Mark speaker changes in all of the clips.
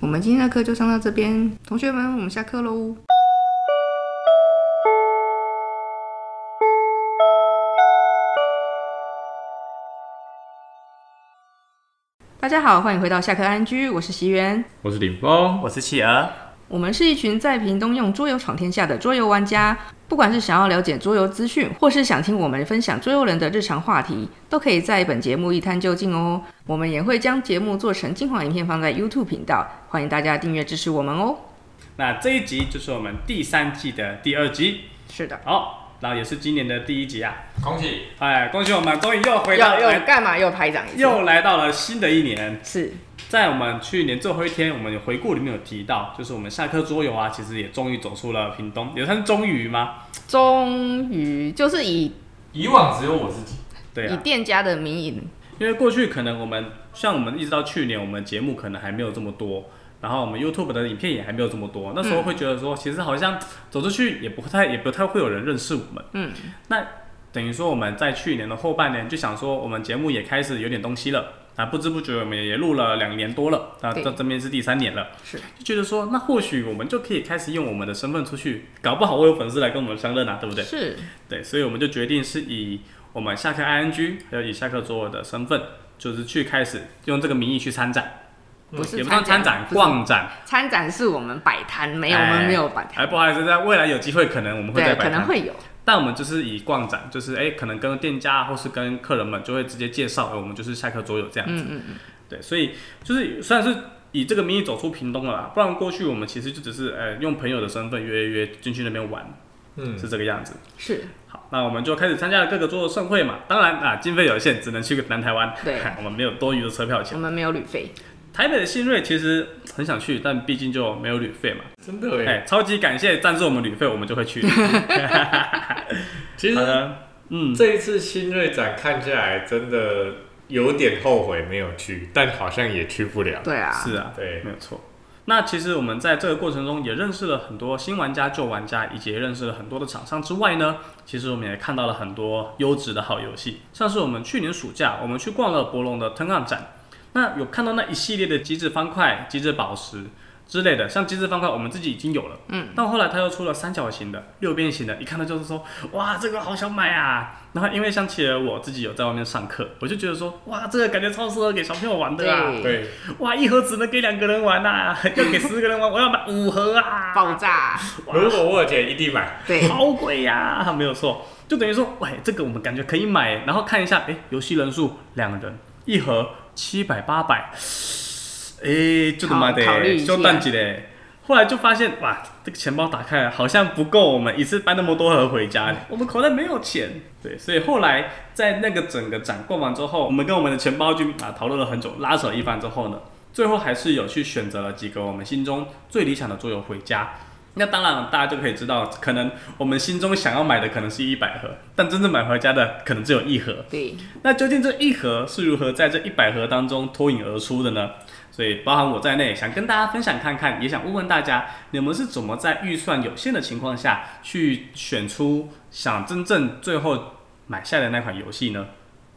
Speaker 1: 我们今天的课就上到这边，同学们，我们下课喽。大家好，欢迎回到下课安居，我是席源。
Speaker 2: 我是顶峰，
Speaker 3: 我是企鹅，
Speaker 1: 我们是一群在屏东用桌游闯天下的桌游玩家，不管是想要了解桌游资讯，或是想听我们分享桌游人的日常话题，都可以在本节目一探究竟哦。我们也会将节目做成精华影片放在 YouTube 频道，欢迎大家订阅支持我们哦。
Speaker 3: 那这一集就是我们第三季的第二集，
Speaker 1: 是的，
Speaker 3: 好，然后也是今年的第一集啊，
Speaker 2: 恭喜！
Speaker 3: 哎，恭喜我们终于又回到
Speaker 1: 要要
Speaker 3: 来，
Speaker 1: 干哎嘛？又拍掌一次？
Speaker 3: 又来到了新的一年。
Speaker 1: 是
Speaker 3: 在我们去年最后一天，我们有回顾里面有提到，就是我们下课桌游啊，其实也终于走出了屏东，也算是终于吗？
Speaker 1: 终于就是以
Speaker 2: 以往只有我自己，
Speaker 3: 对
Speaker 1: 以
Speaker 3: 啊，
Speaker 1: 店家的名义，
Speaker 3: 因为过去可能我们像我们一直到去年，我们节目可能还没有这么多。然后我们 YouTube 的影片也还没有这么多，那时候会觉得说，其实好像走出去也不太也不太会有人认识我们。
Speaker 1: 嗯，
Speaker 3: 那等于说我们在去年的后半年就想说，我们节目也开始有点东西了啊，不知不觉我们也录了两年多了啊，
Speaker 1: 对
Speaker 3: 到这边是第三年了，
Speaker 1: 是
Speaker 3: 就觉得说，那或许我们就可以开始用我们的身份出去，搞不好会有粉丝来跟我们相认啊，对不对？
Speaker 1: 是
Speaker 3: 对，所以我们就决定是以我们下课 ING 还有以下课左耳的身份，就是去开始用这个名义去参展，
Speaker 1: 不是
Speaker 3: 嗯也不算参展，
Speaker 1: 不是
Speaker 3: 逛展。
Speaker 1: 参展是我们摆摊，没有我们
Speaker 3: 哎
Speaker 1: 没有摆摊，
Speaker 3: 哎，不好意思，在未来有机会可能我们会再
Speaker 1: 对，
Speaker 3: 摆
Speaker 1: 可
Speaker 3: 摊，
Speaker 1: 能会有，
Speaker 3: 但我们就是以逛展，就是哎、可能跟店家或是跟客人们就会直接介绍，哎我们就是下课桌游这样子。
Speaker 1: 嗯嗯嗯，
Speaker 3: 对，所以就是算是以这个名义走出屏东了啦，不然过去我们其实就只是呃用朋友的身份约一约进去那边玩，
Speaker 2: 嗯，
Speaker 3: 是这个样子。
Speaker 1: 是
Speaker 3: 好，那我们就开始参加了各个桌游盛会嘛。当然啊，经费有限，只能去南台湾。
Speaker 1: 对
Speaker 3: 我们没有多余的车票
Speaker 1: 我
Speaker 3: 钱。
Speaker 1: 们没有旅费，
Speaker 3: 台北的新锐其实很想去，但毕竟就没有旅费嘛。
Speaker 2: 真的
Speaker 3: 哎、
Speaker 2: 哎。
Speaker 3: 超级感谢赞助我们旅费，我们就会去。
Speaker 2: 其
Speaker 3: 好
Speaker 2: 实
Speaker 3: 的，嗯，
Speaker 2: 这一次新锐展看下来，真的有点后悔没有去，但好像也去不了。
Speaker 1: 对啊，
Speaker 3: 是啊，
Speaker 2: 对
Speaker 3: 没有错。那其实我们在这个过程中也认识了很多新玩家、旧玩家，以及也认识了很多的厂商之外呢，其实我们也看到了很多优质的好游戏，像是我们去年暑假我们去逛了博龙的 Turn On 展，那有看到那一系列的机制方块、机制宝石之类的，像机制方块我们自己已经有了，
Speaker 1: 嗯，
Speaker 3: 但后来他又出了三角形的、六边形的，一看到就是说，哇，这个好想买啊！然后因为像企鹅我自己有在外面上课，我就觉得说，哇，这个感觉超适合给小朋友玩的啊。
Speaker 1: 对
Speaker 2: 对，
Speaker 3: 哇，一盒只能给两个人玩呐、要给十个人玩，我要买五盒啊，
Speaker 1: 爆炸，
Speaker 2: 如果我有钱一定买。
Speaker 1: 对，
Speaker 3: 好贵呀、没有错，就等于说，喂，这个我们感觉可以买，然后看一下，哎、游戏人数两人一盒七百八百，哎，就他妈的
Speaker 1: 考考虑一，下
Speaker 3: 就淡季嘞。后来就发现，哇，这个钱包打开来好像不够我们一次搬那么多盒回
Speaker 1: 嗯
Speaker 3: 家，我们口袋没有钱。对，所以后来在那个整个展逛完之后，我们跟我们的钱包君啊讨论了很久，拉扯一番之后呢，最后还是有去选择了几个我们心中最理想的桌游回家。那当然，大家就可以知道，可能我们心中想要买的可能是一百盒，但真正买回家的可能只有一盒。
Speaker 1: 对，
Speaker 3: 那究竟这一盒是如何在这一百盒当中脱颖而出的呢？所以，包含我在内，想跟大家分享看看，也想问问大家，你们是怎么在预算有限的情况下去选出想真正最后买下的那款游戏呢？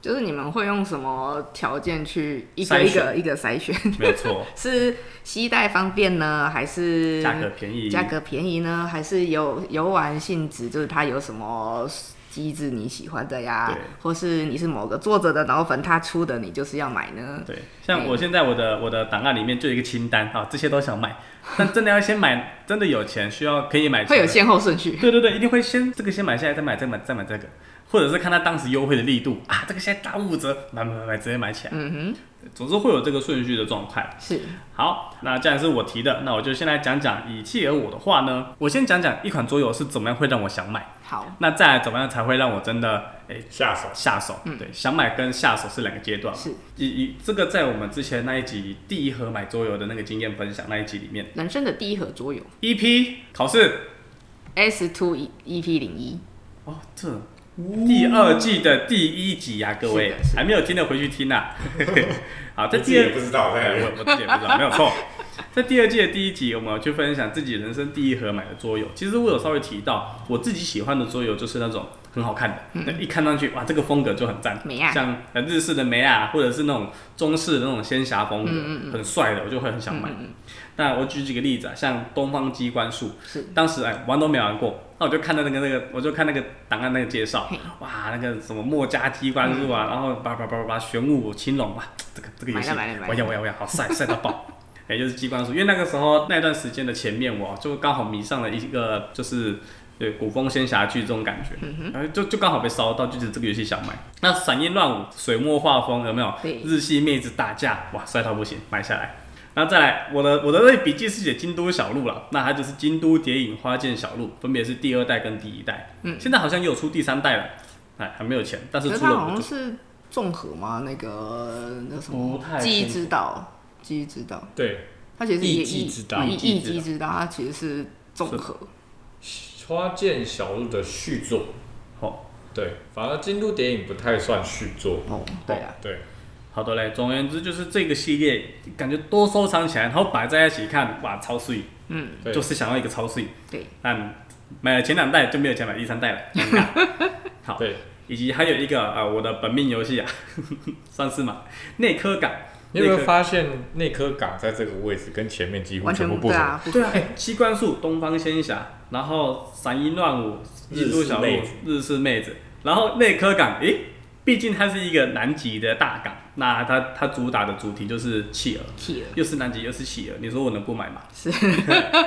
Speaker 1: 就是你们会用什么条件去一个一个一个筛选？
Speaker 3: 没有错，
Speaker 1: 是携带方便呢，还是
Speaker 3: 价格便宜，
Speaker 1: 价格便宜呢？还是游游玩性质，就是它有什么机制你喜欢的呀
Speaker 3: 对？
Speaker 1: 或是你是某个作者的脑粉，他出的你就是要买呢？
Speaker 3: 对，像我现在我的我的档案里面就有一个清单啊，这些都想买，但真的要先买，真的有钱需要可以买，
Speaker 1: 会有。先后顺序，
Speaker 3: 对对对，一定会先这个先买下来，再买再买再买这个，或者是看他当时优惠的力度啊，这个现在打五折，买买买买直接买起来，
Speaker 1: 嗯
Speaker 3: 总之会有这个顺序的状态。
Speaker 1: 哼，是
Speaker 3: 好，那既然是我提的，那我就先来讲讲以弃而我的话呢，我先讲讲一款桌游是怎么样会让我想买，
Speaker 1: 好，
Speaker 3: 那再来怎么样才会让我真的诶
Speaker 2: 下手
Speaker 3: 下手，对，想买跟下手是两个阶段嘛。
Speaker 1: 是
Speaker 3: 以以这个在我们之前那一集第一盒买桌游的那个经验分享那一集里面
Speaker 1: 人生的第一盒桌游
Speaker 3: ，EP 考试
Speaker 1: S Two E P 零一，
Speaker 3: 哦，这第二季的第一集呀、各位
Speaker 1: 是的是的
Speaker 3: 还没有听的回去听呐、好，在
Speaker 2: 自己
Speaker 3: 第二
Speaker 2: 也不知道
Speaker 3: 哎
Speaker 2: 对。
Speaker 3: 我我自己也不知道，没有错。在第二季的第一集，我们有去分享自己人生第一盒买的桌游。其实我有稍微提到，我自己喜欢的桌游就是那种很好看的，那一看上去哇，这个风格就很赞，
Speaker 1: 美啊
Speaker 3: 像呃日式的美啊，或者是那种中式的那种仙侠风格，很帅的，我就会很想买。那我举几个例子啊，像东方机关术，
Speaker 1: 是
Speaker 3: 当时哎玩都没玩过，那我就看到那个那个，我就看那个档案那个介绍
Speaker 1: 嘿，嗯
Speaker 3: 哇，那个什么墨家机关术啊，然后叭叭叭叭叭玄武青龙哇，这个这个游
Speaker 1: 买
Speaker 3: 戏
Speaker 1: 了买了买了
Speaker 3: 我要我要我要，好帅帅到爆！ 哎、就是机关术，因为那个时候那段时间的前面，我就刚好迷上了一个就是对古风仙侠剧这种感觉，
Speaker 1: 嗯
Speaker 3: 然后就就刚好被烧到，就是这个游戏想买。那闪焰乱舞、水墨画风有没有
Speaker 1: 对？
Speaker 3: 日系妹子打架，哇，帅到不行，买下来。然后再来，我的我的那笔记是写京都小路了，那它就是京都谍影花见小路，分别是第二代跟第一代，嗯，现在好像也有出第三代了，哎，还没有钱，但是
Speaker 1: 可是
Speaker 3: 出
Speaker 1: 它
Speaker 3: 了
Speaker 1: 好
Speaker 3: 我
Speaker 1: 像
Speaker 3: 就是
Speaker 1: 综合嘛，那个那什
Speaker 3: 不
Speaker 1: 么
Speaker 3: 太
Speaker 1: 记忆
Speaker 3: 清楚
Speaker 1: 之道，记忆之道，
Speaker 2: 对，
Speaker 1: 它其实
Speaker 2: 艺
Speaker 1: 也
Speaker 2: 伎之道
Speaker 1: 艺
Speaker 3: 艺伎
Speaker 1: 艺
Speaker 3: 之
Speaker 1: 伎之道，它其实是综合。
Speaker 2: 花见小路的续作，
Speaker 3: 好、
Speaker 2: 对，反而京都谍影不太算续作。
Speaker 1: 哦，对啊，
Speaker 2: 对，
Speaker 3: 好的嘞，总而言之就是这个系列，感觉多收藏起来，然后摆在一起看，哇，超碎，
Speaker 1: 嗯，
Speaker 2: 对
Speaker 3: 就是想要一个超碎。
Speaker 1: 对，
Speaker 3: 但买了前两代就没有钱买第三代 了，尴尬。好，
Speaker 2: 对，
Speaker 3: 以及还有一个啊、呃我的本命游戏啊， 算是嘛，内科感，
Speaker 2: 你有没
Speaker 3: 内
Speaker 2: 有
Speaker 3: 科
Speaker 2: 发现那颗港在这个位置跟前面几乎
Speaker 1: 完全
Speaker 2: 全部不
Speaker 1: 对
Speaker 2: 同？
Speaker 1: 啊，不
Speaker 3: 哦对 啊，哎、七关术、东方仙侠，然后闪音乱舞、印度小路
Speaker 2: 日式妹子、
Speaker 3: 日式妹子，然后内科港，诶、毕竟它是一个南极的大港，那它它主打的主题就是企鹅，
Speaker 1: 气了，
Speaker 3: 又是南极又是企鹅，你说我能不买 吗？
Speaker 1: 是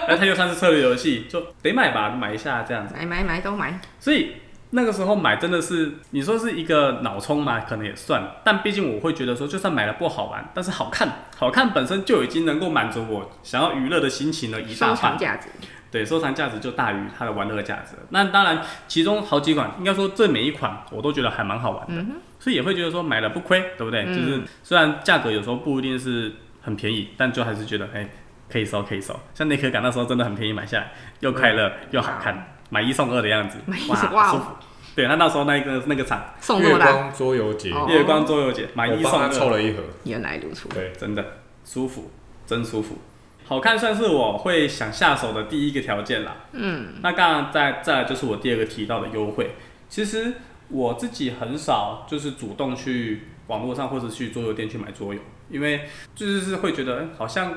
Speaker 3: 那它又算是策略游戏，就得买吧，买一下这样子。
Speaker 1: 买买买都买，
Speaker 3: 所以那个时候买真的是，你说是一个脑充嘛，可能也算，但毕竟我会觉得说，就算买了不好玩，但是好看，好看本身就已经能够满足我想要娱乐的心情了一大
Speaker 1: 收
Speaker 3: 半
Speaker 1: 藏。价值，
Speaker 3: 对，收藏价值就大于它的玩乐价值了。那当然，其中好几款，应该说这每一款我都觉得还蛮好玩
Speaker 1: 嗯
Speaker 3: 的，所以也会觉得说买了不亏，对不对？就是虽然价格有时候不一定是很便宜，但就还是觉得哎、可以收可以收。像内科感那时候真的很便宜买下来，又快乐又好看，买一送二的样子
Speaker 1: 买一，送哇
Speaker 3: 哇，
Speaker 1: 哦
Speaker 3: 舒服。对，那那时候那一个那个场
Speaker 1: 啊送
Speaker 2: 月
Speaker 1: 诺拉，
Speaker 2: 光桌游节，
Speaker 1: 哦
Speaker 3: 月光周游节买
Speaker 2: 我
Speaker 3: 一
Speaker 2: 帮
Speaker 3: 送
Speaker 2: 他
Speaker 3: 二，
Speaker 2: 凑了一盒。
Speaker 1: 原来如此，
Speaker 2: 对，
Speaker 3: 真的舒服，真舒服。好看算是我会想下手的第一个条件啦。嗯，那当然再再来就是我第二个提到的优惠。其实我自己很少就是主动去网络上或者去桌游店去买桌游，因为就是是会觉得哎好像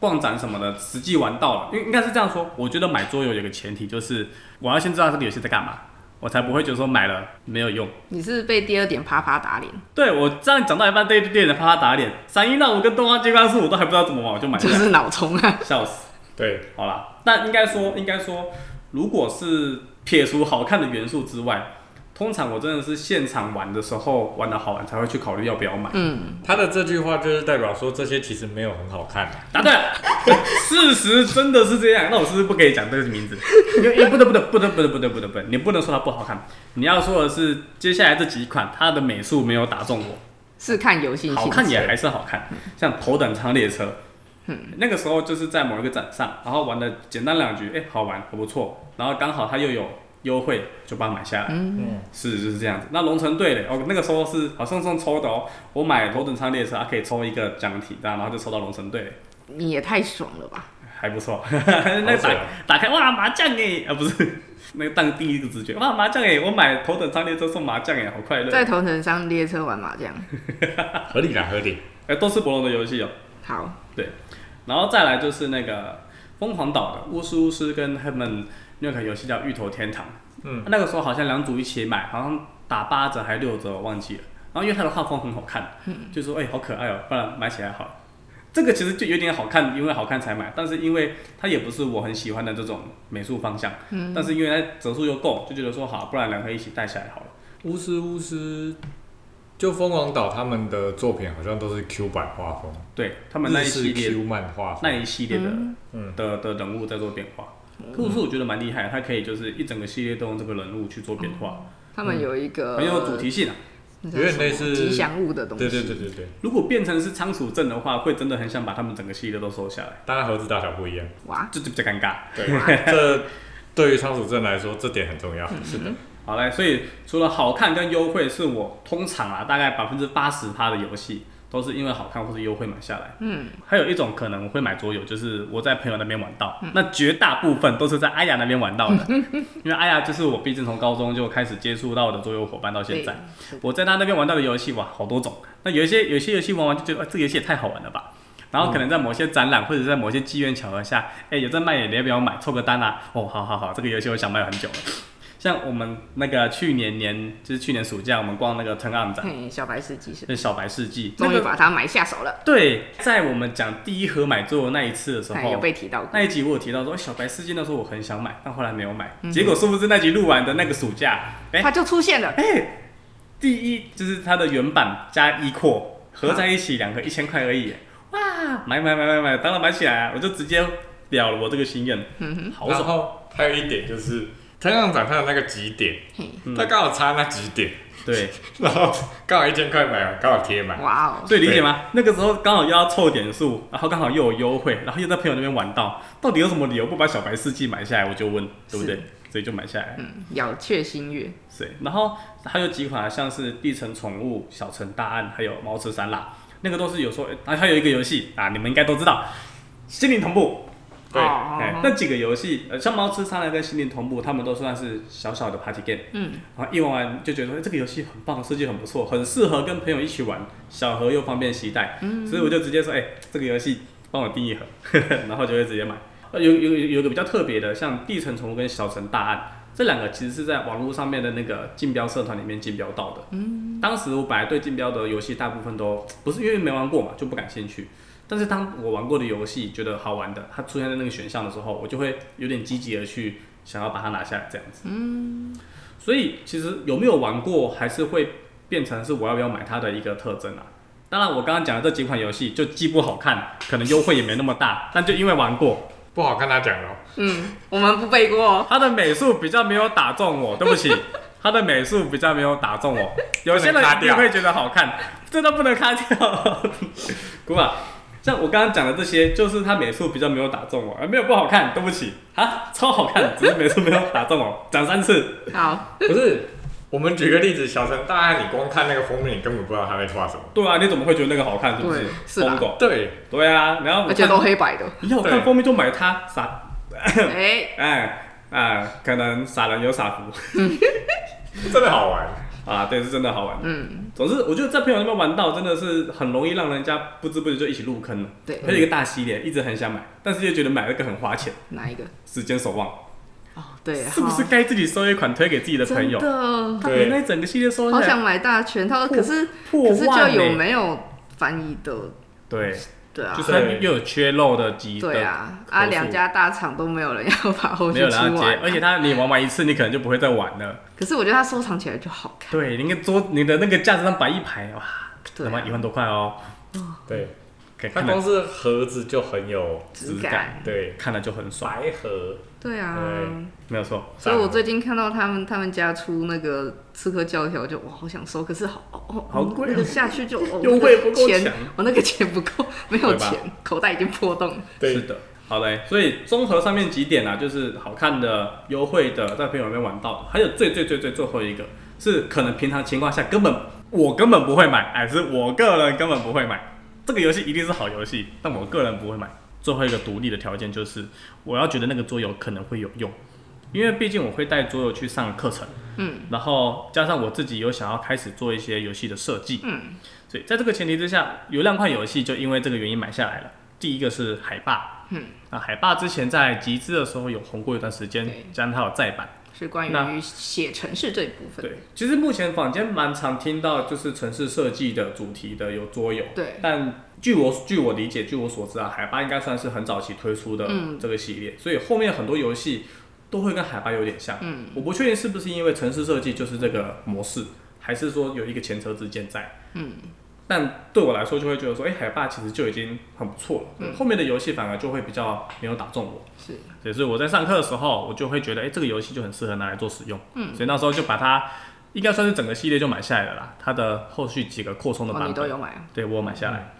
Speaker 3: 逛展什么的，实际玩到了，应应该是这样说。我觉得买桌游有个前提就是我要先知道这个游戏在干嘛，我才不会觉得说买了没有用。
Speaker 1: 你是被第二点啪啪打脸，
Speaker 3: 对我这样讲到一半，对对人啪啪打脸，闪音让我跟东方机关术我都还不知道怎么玩，我就买
Speaker 1: 就
Speaker 3: 下来，
Speaker 1: 是脑充啊，
Speaker 3: 笑死。
Speaker 2: 对，
Speaker 3: 好啦，那应该说应该说，如果是撇除好看的元素之外，通常我真的是现场玩的时候玩的好玩才会去考虑要不要买。
Speaker 1: 嗯，
Speaker 2: 他的这句话就是代表说这些其实没有很好看、啊
Speaker 3: 答对了，事实真的是这样。那我是不是不可以讲这个名字？因为因为不得不得不得不得不得不得不得，你不能说它不好看，你要说的是接下来这几款它的美术没有打中我。
Speaker 1: 是看游戏性质，
Speaker 3: 好看也还是好看，像头等舱列车，
Speaker 2: 嗯
Speaker 3: 那个时候就是在某一个展上，然后玩的简单两局，哎、好玩，很不错，然后刚好它又有优惠，就把它买下来，
Speaker 2: 嗯，
Speaker 3: 是就是这样子。那龙城队嘞，哦，那个时候是好像送抽的哦，我买头等舱列车，啊它可以抽一个奖体，这样然后就抽到龙城队，
Speaker 1: 你也太爽了吧？
Speaker 3: 还不错， 那个
Speaker 2: 好
Speaker 3: 打
Speaker 2: 爽
Speaker 3: 打开哇麻将哎，啊不是。那个当第一个直觉，哇麻将哎，我买头等舱列车送麻将哎，好快乐！
Speaker 1: 在头等舱列车玩麻将，
Speaker 2: 嗯合理啦，合理。
Speaker 3: 哎，都是博龙的游戏哦。
Speaker 1: 好，
Speaker 3: 然后再来就是那个疯狂岛的巫师巫师跟他们那款游戏叫《芋头天堂》，
Speaker 2: 嗯，
Speaker 3: 那个时候好像两组一起买，好像打八折还六折，我忘记了。然后因为它的画风很好看，嗯，就说哎、好可爱哦、不然买起来好了。这个其实就有点好看，因为好看才买，但是因为它也不是我很喜欢的这种美术方向，嗯，但是因为它折数又够，就觉得说好，不然两个一起带起来好了。
Speaker 2: 巫师巫师，就凤凰岛他们的作品好像都是 Q 版画风，
Speaker 3: 对他们那一
Speaker 2: 日
Speaker 3: 系
Speaker 2: 式
Speaker 3: 列
Speaker 2: Q 漫画风。
Speaker 3: 那一系列的、
Speaker 2: 嗯
Speaker 3: 的的人物在做变化。酷是我觉得蛮厉害，他可以就是一整个系列都用这个人物去做变化，
Speaker 1: 他们有一个
Speaker 3: 很有主题性啊。
Speaker 1: 那叫什么
Speaker 2: 有点类似
Speaker 1: 吉祥物的东西，
Speaker 2: 对对对对对，
Speaker 3: 如果变成是仓鼠镇的话，会真的很想把他们整个系列都收下来，
Speaker 2: 当然盒子大小不一样。
Speaker 1: 哇，
Speaker 3: 这就比较尴尬。
Speaker 2: 对，这对于仓鼠镇来说，这点很重要。
Speaker 1: 嗯
Speaker 2: 是的，
Speaker 3: 好嘞，所以除了好看跟优惠是我通常啊大概百分之八十趴的游戏，都是因为好看或是优惠买下来。
Speaker 1: 嗯，
Speaker 3: 还有一种可能我会买桌游，就是我在朋友那边玩到，那绝大部分都是在阿雅那边玩到的，因为阿雅就是我毕竟从高中就开始接触到的桌游伙伴到现在，
Speaker 1: 对
Speaker 3: 我在他那边玩到的游戏哇，好多种。那有一些有一些游戏玩完就觉得，哎、这个游戏也太好玩了吧。然后可能在某些展览或者在某些机缘巧合下，哎、有在卖耶，你要不要买？凑个单啊！哦，好好好，这个游戏我想卖很久了。像我们那个去年年就是去年暑假，我们逛那个 Turn On 展，
Speaker 1: 嘿，小白是技师，
Speaker 3: 就是小白世纪，
Speaker 1: 终于
Speaker 3: 那个
Speaker 1: 把它买下手了，
Speaker 3: 对，在我们讲第一盒买座的那一次的时
Speaker 1: 哎，有
Speaker 3: 候，
Speaker 1: 被提到过
Speaker 3: 那。一集我有提到说，哎小白世纪那时候我很想买，但后来没有买。结果殊不知那集录完的那个暑假，哎、
Speaker 1: 它就出现了，
Speaker 3: 哎、第一就是它的原版加一扩合在一起两个一千块而已，哇，买买买买买，当然买起来啊！我就直接了了我这个心愿，好
Speaker 2: 然
Speaker 3: 爽。
Speaker 2: 后还有一点就是，它让长它的那个几点，
Speaker 1: 嘿，
Speaker 3: 嗯
Speaker 2: 它刚好差那几点，
Speaker 3: 对，
Speaker 2: 然后刚好一千块买完，刚好贴满。
Speaker 1: 哇哦，
Speaker 3: 所以理解吗？那个时候刚好又要凑点数，然后刚好又有优惠，然后又在朋友那边玩到，到底有什么理由不把小白世纪买下来？我就问，对不对
Speaker 1: 是？
Speaker 3: 所以就买下来。
Speaker 1: 嗯，咬雀新月，
Speaker 3: 对，然后还有几款像是《地城宠物》《小城大案》还有《猫吃三辣》，那个都是有说，啊，还有一个游戏啊，你们应该都知道，心灵同步。
Speaker 2: 对
Speaker 3: 哎、
Speaker 1: 哦，
Speaker 3: 那几个游戏，呃，像《猫吃三辣》跟《心灵同步》，他们都算是小小的 party game。
Speaker 1: 嗯，
Speaker 3: 然后一玩完就觉得、哎这个游戏很棒，设计很不错，很适合跟朋友一起玩，小盒又方便携带。嗯，所以我就直接说，哎、这个游戏帮我订一盒， 然后就会直接买。呃，有有有有个比较特别的，像《地城宠物》跟《小城大案》这两个，其实是在网络上面的那个竞标社团里面竞标到的。嗯，当时我本来对竞标的游戏大部分都不是因为没玩过嘛，就不感兴趣。但是当我玩过的游戏觉得好玩的，它出现在那个选项的时候，我就会有点积极的去想要把它拿下来这样子。嗯，所以其实有没有玩过，还是会变成是我要不要买它的一个特征啊。当然，我刚刚讲的这几款游戏就既不好看，可能优惠也没那么大，但就因为玩过，
Speaker 2: 不好看他讲哦，
Speaker 1: 嗯，我们不背锅哦，
Speaker 3: 它的美术比较没有打中我，对不 起，它的美术比较没有打中我。有些人一定会觉得好看，真的不能卡掉。 古马，像我刚刚讲的这些，就是它美术比较没有打中我，而哎没有不好看，对不起啊，超好看，只是美术没有打中我，讲三次。
Speaker 1: 好，
Speaker 2: 不是。我们举个例子，小城大案，你光看那个封面，你根本不知道他在画什么。
Speaker 3: 对啊，你怎么会觉得那个好看？是不是
Speaker 1: 对？是啦
Speaker 3: 疯狗。
Speaker 2: 对，
Speaker 3: 对啊，然后 我
Speaker 1: 而且
Speaker 3: 看
Speaker 1: 都黑 白的，
Speaker 3: 要看
Speaker 2: 对
Speaker 3: 封面就买它，傻
Speaker 1: 哎，
Speaker 3: 哎啊、可能傻人有傻福。
Speaker 2: 真的好玩。
Speaker 3: 啊，对，是真的好玩。
Speaker 1: 嗯，
Speaker 3: 总之，我觉得在朋友那边玩到真的是很容易让人家不知不觉就一起入坑了。
Speaker 1: 对
Speaker 3: 还有一个大系列，一直很想买，但是又觉得买那个很花钱，
Speaker 1: 哪一个？
Speaker 3: 时间守望，
Speaker 1: 哦，对，
Speaker 3: 是不是
Speaker 1: 好
Speaker 3: 该自己收一款推给自己的朋友
Speaker 1: 真？的，
Speaker 3: 他原来整个系列收
Speaker 1: 好
Speaker 3: 下来
Speaker 1: 想买大全套，
Speaker 3: 破
Speaker 1: 可是
Speaker 3: 破
Speaker 1: 可是就
Speaker 3: 万
Speaker 1: 有
Speaker 3: 呢，
Speaker 1: 没有翻译的？
Speaker 3: 对，
Speaker 1: 对啊
Speaker 3: 就，是它又有缺漏的集
Speaker 1: 对
Speaker 3: 的，
Speaker 1: 啊，
Speaker 3: 口
Speaker 1: 啊，
Speaker 3: 述
Speaker 1: 两家大厂都没有人 要把后
Speaker 3: 没
Speaker 1: 续
Speaker 3: 有
Speaker 1: 出
Speaker 3: 人要接
Speaker 1: 完，，
Speaker 3: 而且它你玩完一次，你可能就不会再玩了。
Speaker 1: 可是我觉得它收藏起来就好看，
Speaker 3: 对，你看桌你的那个架子上摆一排，哇，
Speaker 1: 对
Speaker 3: 他妈
Speaker 1: 啊
Speaker 3: 一万多块哦，
Speaker 2: 对，
Speaker 3: 可以
Speaker 2: 它
Speaker 1: 嗯
Speaker 3: 看
Speaker 2: 光
Speaker 3: 了
Speaker 2: 是盒子就很有
Speaker 1: 质
Speaker 2: 质
Speaker 1: 感
Speaker 2: 感，对，
Speaker 3: 看了就很爽，
Speaker 2: 白盒。
Speaker 1: 对啊
Speaker 2: 对。
Speaker 3: 没有错。
Speaker 1: 所以我最近看到他们他们家出那个《刺客教条》，就哇，好想收，可是好哦哦，
Speaker 3: 好贵哦
Speaker 1: 那个下去就哦
Speaker 3: 优惠不够
Speaker 1: 那个钱
Speaker 3: 强，
Speaker 1: 我那个钱不够，没有
Speaker 3: 对吧
Speaker 1: 钱，口袋已经破洞了。
Speaker 3: 是
Speaker 2: 对，
Speaker 3: 的，好嘞。所以综合上面几点啊，就是好看的、优惠的，在朋友那边玩到的，还有最最最最最后一个是可能平常情况下根本我根本不会买，哎，是我个人根本不会买。这个游戏一定是好游戏，但我个人不会买。最后一个独立的条件就是，我要觉得那个桌游可能会有用，因为毕竟我会带桌游去上课程，
Speaker 1: 嗯，
Speaker 3: 然后加上我自己有想要开始做一些游戏的设计，
Speaker 1: 嗯，
Speaker 3: 所以在这个前提之下，有两款游戏就因为这个原因买下来了。第一个是海霸，
Speaker 1: 嗯，
Speaker 3: 那海霸之前在集资的时候有红过一段时间
Speaker 1: 对，
Speaker 3: 加上它有再版。
Speaker 1: 是关
Speaker 3: 那
Speaker 1: 于写程式这一部分，
Speaker 3: 对，其实目前坊间蛮常听到就是城市设计的主题的有桌游，
Speaker 1: 对
Speaker 3: 但据我据我理解，据我所知啊，海霸应该算是很早期推出的
Speaker 1: 嗯
Speaker 3: 这个系列，所以后面很多游戏都会跟海霸有点像。
Speaker 1: 嗯，
Speaker 3: 我不确定是不是因为城市设计就是这个模式，还是说有一个前车之鉴在。
Speaker 1: 嗯，
Speaker 3: 但对我来说就会觉得说，哎、海霸其实就已经很不错了，
Speaker 1: 嗯
Speaker 3: 后面的游戏反而就会比较没有打中我。
Speaker 1: 是
Speaker 3: 对，所以我在上课的时候，我就会觉得，哎、这个游戏就很适合拿来做使用。嗯，所以那时候就把它，应该算是整个系列就买下来了啦。它的后续几个扩充的
Speaker 1: 哦，
Speaker 3: 版
Speaker 1: 你都
Speaker 3: 本，
Speaker 1: 有买啊？
Speaker 3: 对我有买下来。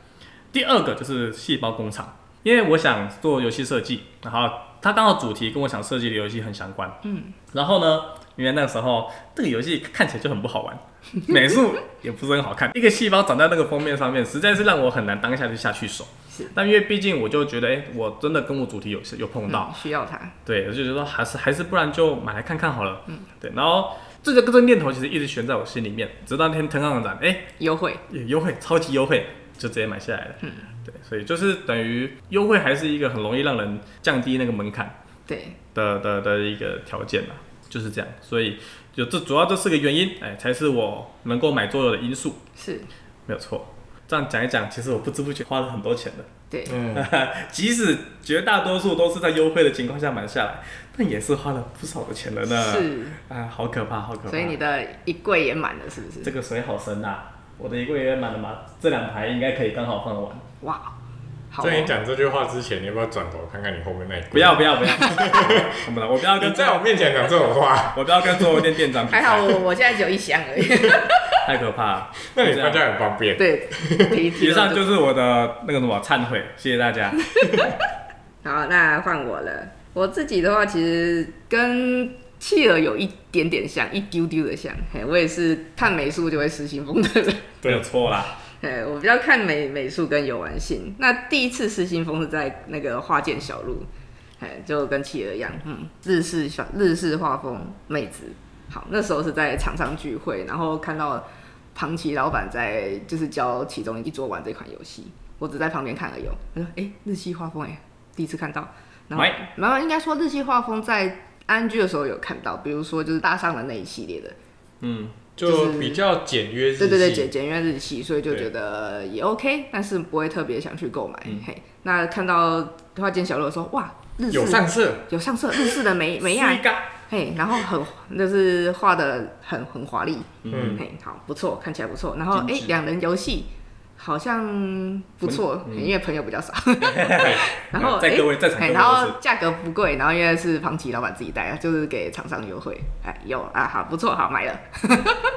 Speaker 3: 第二个就是细胞工厂，因为我想做游戏设计，然后它刚好主题跟我想设计的游戏很相关。嗯，然后呢，因为那时候这个游戏看起来就很不好玩， 美术也不是很好看，一个细胞长在那个封面上面，实在是让我很难当下就下去手
Speaker 1: 是。
Speaker 3: 但因为毕竟我就觉得，哎、我真的跟我主题有有碰到，
Speaker 1: 嗯需要它，
Speaker 3: 对，我就觉得还是还是不然就买来看看好了。嗯，对，然后这个这个念头其实一直悬在我心里面，直到那天腾上展，哎、
Speaker 1: 优惠
Speaker 3: 也优惠，超级优惠，就直接买下来了。嗯，对，所以就是等于优惠还是一个很容易让人降低那个门槛
Speaker 1: 对，
Speaker 3: 的的的一个条件啦，就是这样。所以就这主要这四个原因，哎，才是我能够买桌游的因素，
Speaker 1: 是，
Speaker 3: 没有错。这样讲一讲，其实我不知不觉花了很多钱的，
Speaker 1: 对，
Speaker 2: 嗯，
Speaker 3: 即使绝大多数都是在优惠的情况下买下来，但也是花了不少的钱了呢。
Speaker 1: 是，
Speaker 3: 啊，好可怕，好可怕。
Speaker 1: 所以你的一柜也满了，是不
Speaker 3: 这
Speaker 1: 是？
Speaker 3: 个水好深啊！我的一柜也满了嘛，这两排应该可以刚好放得完。
Speaker 1: 哇，好哦
Speaker 2: 在你讲这句话之前，你要不要转头看看你后面那一个？
Speaker 3: 不要，不要 不要，我不能，我不要
Speaker 2: 你
Speaker 3: 跟
Speaker 2: 在我面前讲这种话，
Speaker 3: 我不要跟桌游店店长比赛
Speaker 1: 还好我我现在只有一箱 而已。
Speaker 3: 太可怕了。
Speaker 2: 那你搬家很方便。
Speaker 1: 对，提提
Speaker 3: 以上就是是我的那个什么忏悔，谢谢大家。
Speaker 1: 好，那换我了。我自己的话，其实跟企鹅有一点点像，一丢丢的像。嘿，我也是看美术就会失心疯的人。
Speaker 3: 没有错啦，
Speaker 1: 哎，我比较看美美术跟游玩性。那第一次失心疯是在那个花见小路，哎，就跟企鹅一样，嗯，日式小日式画风妹子。好，那时候是在厂商聚会，然后看到庞奇老板在就是教其中一桌玩这款游戏，我只在旁边看而已哦。他说：“哎、日系画风哎、第一次看到。”然后
Speaker 3: 喂，
Speaker 1: 然后应该说日系画风在安居的时候有看到，比如说就是大上的那一系列的，
Speaker 3: 嗯，
Speaker 2: 就比较简约日系。
Speaker 1: 对对对，简简约日系，所以就
Speaker 2: 对
Speaker 1: 觉得也 OK，但是不会特别想去购买。嘿，那看到花间小路说，哇，日式
Speaker 2: 有上色，
Speaker 1: 有上色，日式的美美
Speaker 3: 是
Speaker 1: 亚
Speaker 3: 一，个
Speaker 1: 嘿，然后很就是画的很很华丽，
Speaker 2: 嗯
Speaker 1: 嘿，好不错，看起来不错。然后
Speaker 3: 精
Speaker 1: 哎
Speaker 3: 致，
Speaker 1: 两人游戏好像不错，
Speaker 3: 嗯
Speaker 1: 因为朋友比较少。 然后
Speaker 3: 在
Speaker 1: 哎
Speaker 3: 各位在场各
Speaker 1: 哎，
Speaker 3: 位
Speaker 1: 然后
Speaker 3: 都
Speaker 1: 价格不贵，然后因为是庞奇老板自己带，就是给厂商优惠。哎，有啊，好不错，好买了。
Speaker 3: 是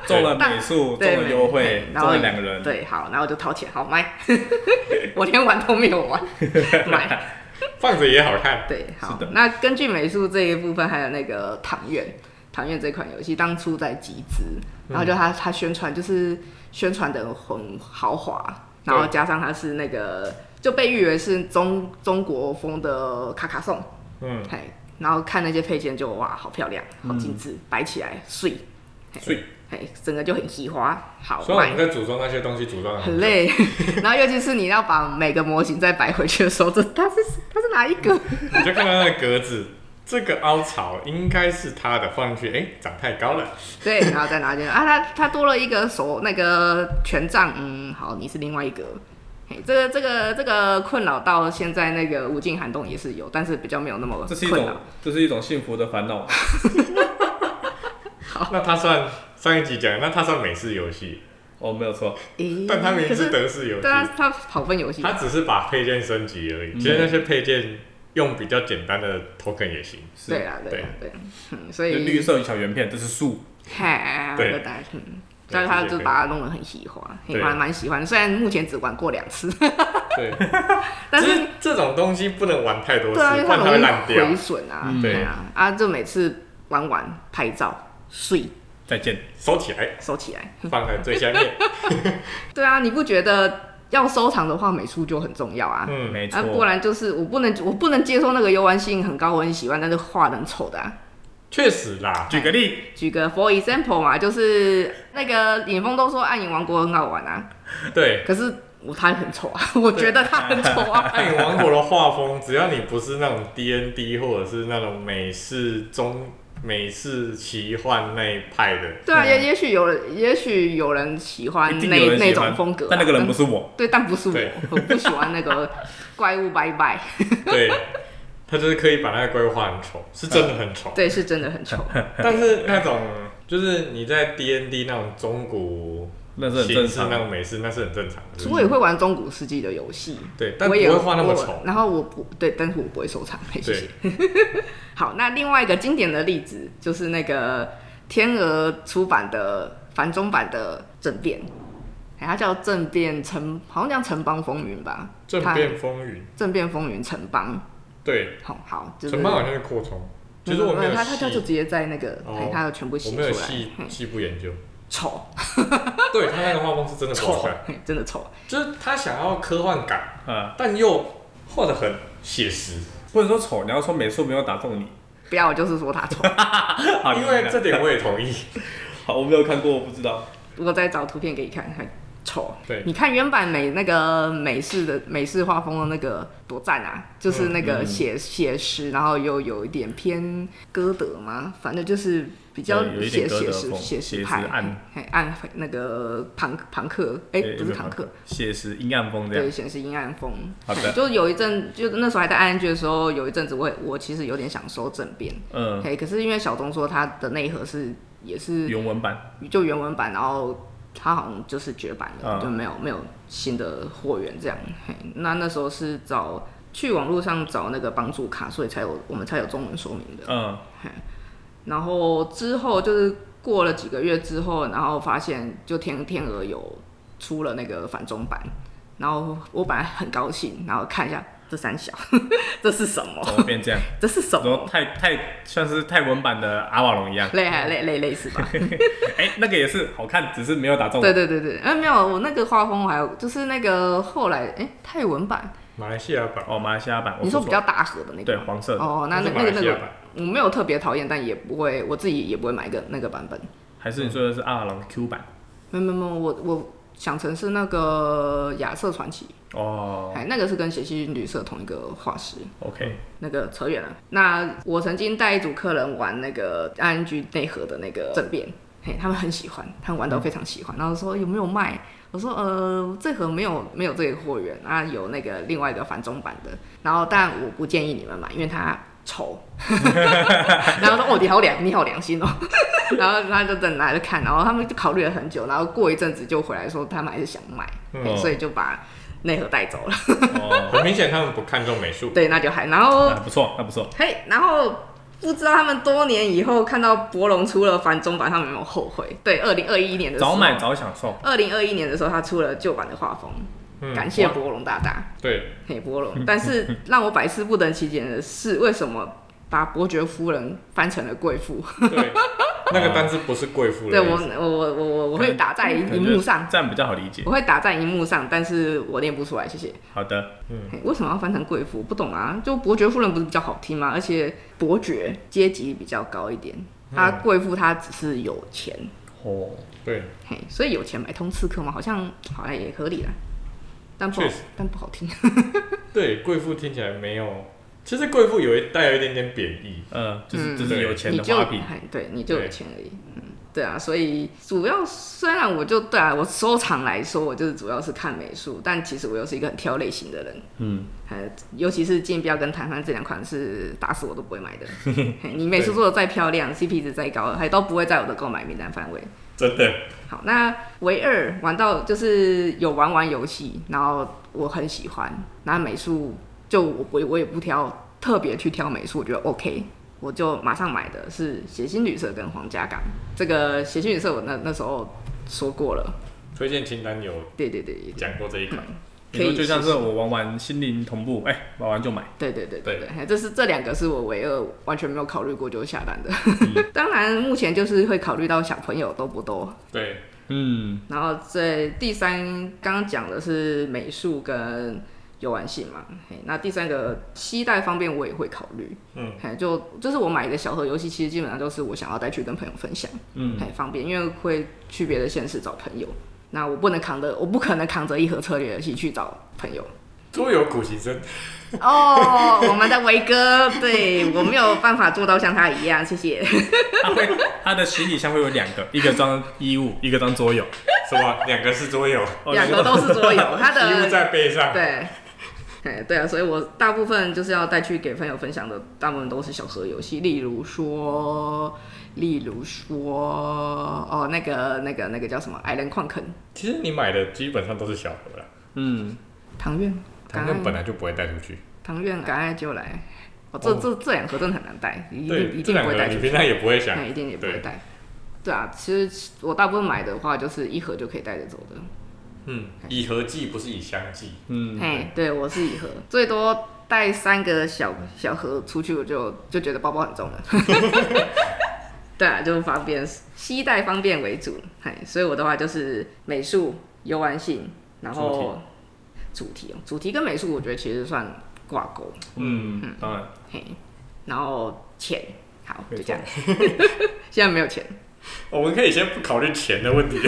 Speaker 3: 中了美术，中
Speaker 1: 对
Speaker 3: 了
Speaker 1: 对
Speaker 3: 优惠，
Speaker 1: 然
Speaker 3: 中
Speaker 1: 后
Speaker 3: 了两个人，
Speaker 1: 对，好，然后我就掏钱，好买， 我连玩都没有玩， 买，
Speaker 2: 放着也好看。
Speaker 1: 对，好
Speaker 3: 是的。
Speaker 1: 那根据美术这一部分，还有那个《唐苑》，《唐苑》这款游戏当初在集资，然
Speaker 3: 嗯
Speaker 1: 后就它它宣传就是宣传的很豪华，然后
Speaker 2: 对
Speaker 1: 加上它是那个就被誉为是中中国风的卡卡颂，
Speaker 2: 嗯，
Speaker 1: 嘿，然后看那些配件就哇，好漂亮，好
Speaker 3: 嗯
Speaker 1: 精致，摆起来碎，
Speaker 3: 睡
Speaker 1: 嘿，整个就很喜花，好
Speaker 2: 所以我
Speaker 1: 买
Speaker 2: 们。在组装那些东西，组装得
Speaker 1: 很
Speaker 2: 久。
Speaker 1: 累， 然后尤其是你要把每个模型再摆回去的时候，这它是它是哪一个？
Speaker 2: 你就看到那个格子，这个凹槽应该是它的，放进去，哎，长太高了。
Speaker 1: 对，然后再拿进来啊，它它多了一个手那个权杖，嗯，好，你是另外一个。嘿，这个这个这个困扰到现在那个无尽寒冬也是有，但是比较没有那么
Speaker 3: 这是一
Speaker 1: 困扰
Speaker 3: 种。这是一种幸福的烦恼，
Speaker 2: 那它算上一集讲，那它算美式游戏，
Speaker 3: 哦，没有错，
Speaker 1: 诶
Speaker 2: 但它明明
Speaker 1: 嗯可
Speaker 2: 是
Speaker 1: 是啊
Speaker 2: 德式游戏，
Speaker 1: 但它它跑分游戏
Speaker 2: 它只是把配件升级而已。其实那些配件用比较简单的 token 也行。
Speaker 3: 是
Speaker 1: 对啊对啊对啊，嗯，所
Speaker 3: 就
Speaker 1: 以
Speaker 3: 绿色小圆片，这是树，
Speaker 1: 嗨，
Speaker 2: 对
Speaker 1: 对大家嗯，
Speaker 2: 对
Speaker 1: 但是他
Speaker 2: 这些
Speaker 1: 就
Speaker 2: 可以
Speaker 1: 把它弄得很喜欢，嘿
Speaker 2: 对
Speaker 1: 蛮蛮喜欢。虽然目前只玩过两次，
Speaker 2: 对，
Speaker 1: 但
Speaker 2: 只
Speaker 1: 是
Speaker 2: 是这种东西不能玩太多次，
Speaker 1: 对啊，因为
Speaker 2: 不
Speaker 1: 它
Speaker 2: 然它
Speaker 1: 容
Speaker 2: 会
Speaker 1: 易
Speaker 2: 烂掉
Speaker 1: 毁。损啊
Speaker 3: 嗯，
Speaker 1: 对啊，啊，就每次玩完拍照，睡
Speaker 3: 再见，
Speaker 2: 收起来，
Speaker 1: 收起来。
Speaker 2: 放在最 下面。
Speaker 1: 对啊，你不觉得要收藏的话，美术就很重要啊？
Speaker 2: 嗯，
Speaker 3: 没
Speaker 1: 啊，不
Speaker 3: 错，
Speaker 1: 然就是我不能，我不能接受那个游玩性很高，我很喜欢，但是画得很丑的、啊。
Speaker 2: 确实啦。
Speaker 3: 举个例，
Speaker 1: 举个 for example 嘛，就是那个影风都说《暗影王国》很好玩啊，
Speaker 2: 对，
Speaker 1: 可是我它很丑啊， 我觉得它很丑啊。
Speaker 2: 暗影王国的画风，只要你不是那种 D N D 或者是那种美式中美式奇幻那一派的，
Speaker 1: 对啊，也也许有人，也许有人喜欢
Speaker 3: 一定有
Speaker 1: 那
Speaker 3: 人
Speaker 1: 那
Speaker 3: 喜
Speaker 1: 种
Speaker 3: 欢
Speaker 1: 风格啊、
Speaker 3: 但那个人不是我，
Speaker 1: 对，但不是我
Speaker 2: 对，
Speaker 1: 我不喜欢那个怪物拜拜，
Speaker 2: 对，他就是可以把那个怪物画很丑，是真的很丑。
Speaker 1: 对，是真的 很丑。
Speaker 2: 但是那种就是你在 D N D 那种中古
Speaker 3: 那是很
Speaker 2: 形
Speaker 3: 正
Speaker 2: 式那
Speaker 3: 常，
Speaker 2: 种美式，那是很正常的。
Speaker 1: 我也会玩中古世纪的游戏，
Speaker 2: 对，但
Speaker 1: 我
Speaker 2: 不
Speaker 1: 也
Speaker 2: 会画那么
Speaker 1: 我
Speaker 2: 丑。
Speaker 1: 然后我不对，但是我不会收藏，谢谢
Speaker 2: 对。，
Speaker 1: 好，那另外一个经典的例子就是那个天鹅出版的繁中版的《政变》，哎，它叫《政变城》，好像叫《城邦风云》吧？
Speaker 2: 政
Speaker 1: 它
Speaker 2: 变风云，
Speaker 1: 政变风云城邦，
Speaker 2: 对，
Speaker 1: 好好，就是
Speaker 2: 唇棒好像是扩充，其实
Speaker 1: 没有
Speaker 2: 我没有
Speaker 1: 没有嗯他他他就直
Speaker 2: 细，
Speaker 1: 接在那个，
Speaker 2: 哦
Speaker 1: 哎他就全部
Speaker 2: 我
Speaker 1: 写
Speaker 2: 没有
Speaker 1: 出来
Speaker 2: 细，
Speaker 1: 嘿
Speaker 2: 细部研究。
Speaker 1: 丑，
Speaker 2: 对他那个画风是真的不好看，
Speaker 1: 嘿真的丑，
Speaker 2: 就是他想要科幻感，
Speaker 3: 呃，
Speaker 2: 但又画的很写实。
Speaker 3: 不能说丑，你要说美术没有 打动你。
Speaker 1: 不要我就是说他丑。
Speaker 3: 好，
Speaker 2: 因
Speaker 3: 你
Speaker 2: 为
Speaker 3: 看
Speaker 2: 这点我也同意。
Speaker 3: 好，我没有看过，我不知道。
Speaker 1: 我再找图片给你看，很丑。
Speaker 2: 对
Speaker 1: 你看原版美那个美式的美式画风的那个多赞啊，就是那
Speaker 3: 嗯
Speaker 1: 个写写实，然后又有一点偏歌德嘛，反正就是比较
Speaker 3: 对有一
Speaker 1: 写
Speaker 3: 点歌
Speaker 1: 写
Speaker 3: 德
Speaker 1: 实
Speaker 3: 风
Speaker 1: 写实
Speaker 3: 写实
Speaker 1: 派，
Speaker 3: 暗
Speaker 1: 嘿暗那个庞庞克， 哎、
Speaker 3: 对
Speaker 1: 不是庞克，，
Speaker 3: 写实阴暗风这
Speaker 1: 对，
Speaker 3: 样。
Speaker 1: 显示阴暗风。
Speaker 3: 好的
Speaker 1: 嘿就有一阵，就那时候还在暗暗剧的时候，有一阵子我也我其实有点想收正编，
Speaker 3: 嗯，
Speaker 1: 嘿，可是因为小东说他的内核是也是
Speaker 3: 原文版
Speaker 1: 就原文版，然后它好像就是绝版了，
Speaker 3: 嗯
Speaker 1: 就没有没有新的货源这样。嘿那那时候是找去网络上找那个帮助卡，所以才有我们才有中文说明的。
Speaker 3: 嗯，
Speaker 1: 然后之后就是过了几个月之后，然后发现就天天鹅有出了那个繁中版，然后我本来很高兴，然后看一下这三小， 这是什么？
Speaker 3: 怎 么变这样？
Speaker 1: 这是什
Speaker 3: 然后
Speaker 1: 么？
Speaker 3: 泰泰像是泰文版的阿瓦 隆一样。
Speaker 1: 类还类类类似吧？
Speaker 3: 哎、那个也是好看，只是没有打中我。
Speaker 1: 对对对对，哎、没有，我那个画风还有就是那个后来哎、泰文版，
Speaker 2: 马来西亚版，
Speaker 3: 哦，马来西亚版，我
Speaker 1: 你说
Speaker 3: 说
Speaker 1: 比较大盒的那
Speaker 3: 对
Speaker 1: 个吗，
Speaker 3: 黄色的，
Speaker 1: 哦，那
Speaker 2: 不
Speaker 1: 那那个
Speaker 2: 是马
Speaker 1: 那
Speaker 2: 来西亚
Speaker 1: 个
Speaker 2: 版
Speaker 1: 我没有特别讨厌，但也不会我自己也不会买个那个版本。
Speaker 3: 还是你说的是阿瓦隆 Q 版？
Speaker 1: 没有没有没有，我我想成是那个亚瑟传奇，
Speaker 3: 哦
Speaker 1: 哎、那个是跟血腥旅社同一个画师。
Speaker 3: ，OK，
Speaker 1: 那个扯远了。那我曾经带一组客人玩那个 RNG 内核的那个政变，嘿，他们很喜欢，他们玩到非常喜欢，然后说有没有卖？我说呃，这盒没有没有这个货源啊，有那个另外一个繁中版的，然后但我不建议你们买，因为它丑。 然后说哦，你好良，你好良心哦。 然后他就等来了看，然后他们就考虑了很久，然后过一阵子就回来说他们还是想买，嘿
Speaker 3: 嗯
Speaker 1: 所以就把内核带走了。
Speaker 3: 哦，
Speaker 2: 很明显他们不看重美术。
Speaker 1: 对，那就还然后
Speaker 3: 那不错，那不错，
Speaker 1: 嘿，然后不知道他们多年以后看到博龙出了繁中版，他们有没有后悔？对，二零二一年的时候，
Speaker 3: 早买早享受。
Speaker 1: 二零二一年的时候，他出了旧版的画风，
Speaker 2: 嗯
Speaker 1: 感谢博龙大大，
Speaker 2: 对，
Speaker 1: 嘿，博 龙。但是让我百思不得其解的是，为什么把伯爵夫人翻成了贵妇？
Speaker 2: 对，那个单词不是贵妇的
Speaker 1: 对
Speaker 2: 意
Speaker 1: 我
Speaker 2: 思，，
Speaker 1: 我，我，我，我我
Speaker 3: 可
Speaker 1: 会
Speaker 3: 能
Speaker 1: 打在
Speaker 3: 可能
Speaker 1: 荧
Speaker 3: 就是
Speaker 1: 幕上，
Speaker 3: 这样比较好理解
Speaker 1: 我。会打在荧幕上，但是我念不出来，谢谢。
Speaker 3: 好的，
Speaker 1: 嘿为什么要翻成贵妇？不懂啊，就伯爵夫人不是比较好听吗？而且伯爵阶级比较高一点，
Speaker 2: 嗯
Speaker 1: 他贵妇她只是有钱，
Speaker 3: 哦，
Speaker 2: 对，
Speaker 1: 嘿，所以有钱买通刺客嘛，好像好像也合理啦，但不好
Speaker 2: 确实，
Speaker 1: 但不好听。
Speaker 2: 对，贵妇听起来没有，其实贵妇有一带有一点点贬义。
Speaker 3: 嗯，就是
Speaker 1: 嗯
Speaker 3: 就是有钱
Speaker 1: 你
Speaker 3: 的
Speaker 1: 就
Speaker 3: 花瓶，
Speaker 1: 嘿对，你就有钱而已。嗯，对啊，所以主要虽然我就对啊，我收藏来说，我就是主要是看美术，但其实我又是一个很挑类型的人。
Speaker 3: 嗯，
Speaker 1: 呃，尤其是竞标跟谈判这两款是打死我都不会买 的。嘿你美术做的再漂亮，CP 值再高，还都不会在我的购买名单范围。
Speaker 2: 真的，
Speaker 1: 好，那唯二玩到就是有玩玩游戏，然后我很喜欢，那美术就我不我也不挑，特别去挑美术，我觉得 OK，我就马上买的是血腥旅社跟皇家港。这个血腥旅社我那那时候说过了，
Speaker 2: 推荐清单有
Speaker 1: 对对对对
Speaker 2: 讲过这一款，
Speaker 1: 可
Speaker 3: 你说
Speaker 1: 以
Speaker 3: 就像
Speaker 1: 试
Speaker 3: 是我玩玩心灵同步，哎、玩完就买，
Speaker 1: 对对对对
Speaker 2: 对
Speaker 1: 对，嘿这是这两个是我唯二完全没有考虑过就下单的。当然，目前就是会考虑到小朋友多不多。
Speaker 2: 对，
Speaker 3: 嗯，
Speaker 1: 然后这第三刚刚讲的是美术跟游玩性嘛，嘿，那第三个期待方面我也会考虑，
Speaker 2: 嗯，
Speaker 1: 嘿，就就是我买的小盒游戏，其实基本上都是我想要带去跟朋友分享，
Speaker 3: 嗯，
Speaker 1: 很方便，因为会去别的县市找朋友。那我不能扛着，我不可能扛着一盒策略游戏去找朋友，
Speaker 2: 桌游苦行僧，
Speaker 1: 哦， 我们的维哥，对我没有办法做到像他一样，谢谢。
Speaker 3: 他会他的行李箱会有两个，一个装衣物，一个装桌游，
Speaker 2: 什么两个是桌游，
Speaker 3: 哦
Speaker 1: 两个都是桌游， 他
Speaker 2: 衣物
Speaker 1: 的
Speaker 2: 在背 上，
Speaker 1: 对，哎对啊，所以我大部分就是要带去给朋友分享的，大部分都是小盒游戏，例如说，例如说，哦，那个那个那个叫什么《矮人矿坑》
Speaker 2: 其实你买的基本上都是小盒啦，
Speaker 3: 嗯，
Speaker 1: 唐苑，
Speaker 2: 反
Speaker 1: 敢
Speaker 2: 正本
Speaker 1: 爱
Speaker 2: 来就不会带出去，
Speaker 1: 唐苑，敢爱就来。哦，这这这两盒真的很难带，一定
Speaker 2: 对，
Speaker 1: 一定
Speaker 2: 这两
Speaker 1: 不会
Speaker 2: 个
Speaker 1: 带
Speaker 2: 你
Speaker 1: 出
Speaker 2: 平
Speaker 1: 去。哎
Speaker 2: 常也不会想
Speaker 1: 那，一定也不会
Speaker 2: 对
Speaker 1: 带。对啊，其实我大部分买的话，就是一盒就可以带着走的。
Speaker 2: 嗯，以盒计不是以箱计，
Speaker 1: 嘿，对我是一盒，最多带三个小小盒出去，我就就觉得包包很重了。 对啊，就方便携带方便为主，嘿，所以我的话就是美术、游玩性，然后主题哦，主题跟美术我觉得其实算挂钩，
Speaker 3: 嗯，当然，
Speaker 1: 嘿，然后钱，好，
Speaker 2: 没
Speaker 1: 就这样。 现在没有钱，
Speaker 2: 哦我们可以先不考虑钱的问题，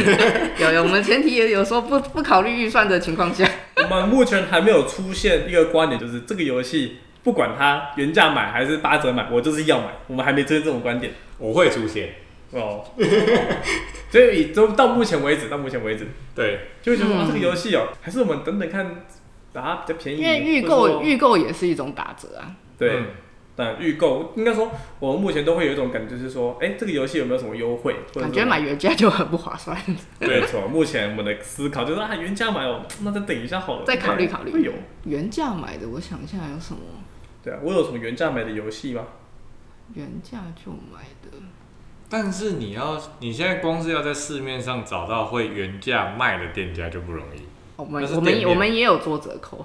Speaker 1: 有有，我们前提也有说不不考虑预算的情况下，
Speaker 3: 我们目前还没有出现一个观点，就是这个游戏不管它原价买还是八折买，我就是要买，我们还没出现这种观点
Speaker 2: 我会出现。
Speaker 3: 哦。 所以以都到目前为止，到目前为止，
Speaker 2: 对，
Speaker 3: 就会觉得、哇
Speaker 1: 嗯
Speaker 3: 啊这个游戏哦，还是我们等等看，把它比较便宜，
Speaker 1: 因为预
Speaker 3: 或者
Speaker 1: 购
Speaker 3: 说
Speaker 1: 预购也是一种打折啊，
Speaker 3: 对。
Speaker 2: 嗯
Speaker 3: 但预购应该说，我们目前都会有一种感觉，就是说，哎、这个游戏有没有什么优惠？或者
Speaker 1: 感
Speaker 3: 是
Speaker 1: 觉买原价就很不划算。
Speaker 3: 对，没错。目前我们的思考就是啊，原价买哦，那再等一下好了，哎
Speaker 1: 再考虑考虑
Speaker 3: 会有，
Speaker 1: 原价买的，我想一下有什么
Speaker 3: 对啊，我有什么原价买的游戏吗？
Speaker 1: 原价就买的。
Speaker 2: 但是你要，你现在光是要在市面上找到会原价卖的店家就不容易，
Speaker 1: 哦我们
Speaker 2: 那是
Speaker 1: 我们
Speaker 2: 店面
Speaker 1: 我们也有做折扣，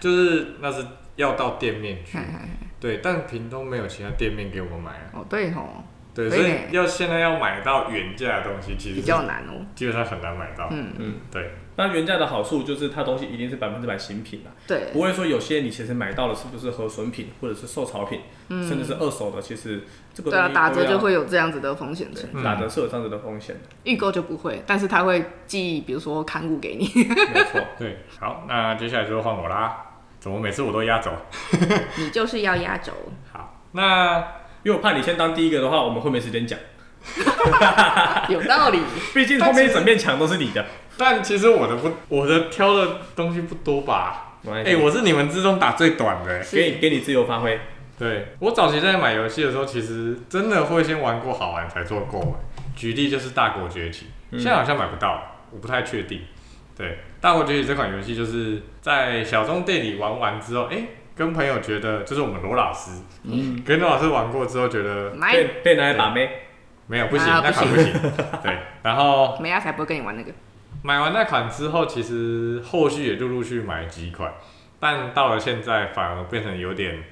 Speaker 2: 就是那是要到店面去
Speaker 1: 嗨。嗨嗨
Speaker 2: 对，但屏东没有其他店面给我们买啊。
Speaker 1: 哦对吼，
Speaker 2: 对，
Speaker 1: 所
Speaker 2: 所
Speaker 1: 以
Speaker 2: 以要现在要买到原价的东西，其实
Speaker 1: 比较难哦。
Speaker 2: 基本上很难买到。
Speaker 1: 嗯，
Speaker 2: 对，
Speaker 3: 那原价的好处就是它东西一定是百分之百新品啊，
Speaker 1: 对
Speaker 3: 不会说有些你其实买到的是不是合损品或者是受潮品，甚至是二手的，其实这个
Speaker 1: 嗯对啊，
Speaker 3: 东西
Speaker 1: 打
Speaker 3: 都
Speaker 1: 折
Speaker 3: 要
Speaker 1: 就会有这样子的风险存在。
Speaker 3: 对啊打折是有这样子的风险的，
Speaker 1: 预购就不会，但是他会寄，比如说刊物给你，
Speaker 3: 没错。
Speaker 2: 对，好，那接下来就换我啦。怎么每次我都压轴？
Speaker 1: 你就是要压轴。
Speaker 2: 好，那
Speaker 3: 因为我怕你先当第一个的话，我们会没时间讲，
Speaker 1: 有道理，
Speaker 3: 毕竟后面一整面墙都是你的。
Speaker 2: 但其实我的不，我的挑的东西不多吧？
Speaker 3: 没关
Speaker 2: 哎、
Speaker 3: 系
Speaker 2: 我是你们之中打最短的、欸。
Speaker 3: 给你给你自由发挥，
Speaker 2: 对我早期在买游戏的时候，其实真的会先玩过好玩才做购买。举例就是《大国崛起》，
Speaker 3: 嗯
Speaker 2: 现在好像买不到了，我不太确定。对，《大国崛起》这款游戏就是在小中店里玩完之后，哎、跟朋友觉得就是我们罗老师，
Speaker 3: 嗯，
Speaker 2: 跟罗老师玩过之后觉得
Speaker 1: 买
Speaker 3: 被被拿来把妹。
Speaker 2: 没有不行，
Speaker 1: 啊
Speaker 2: 那款
Speaker 1: 不
Speaker 2: 不行。对，然后
Speaker 1: 美亚啊才不会跟你玩那个。
Speaker 2: 买完那款之后，其实后续也陆陆续买几款，但到了现在反而变成有点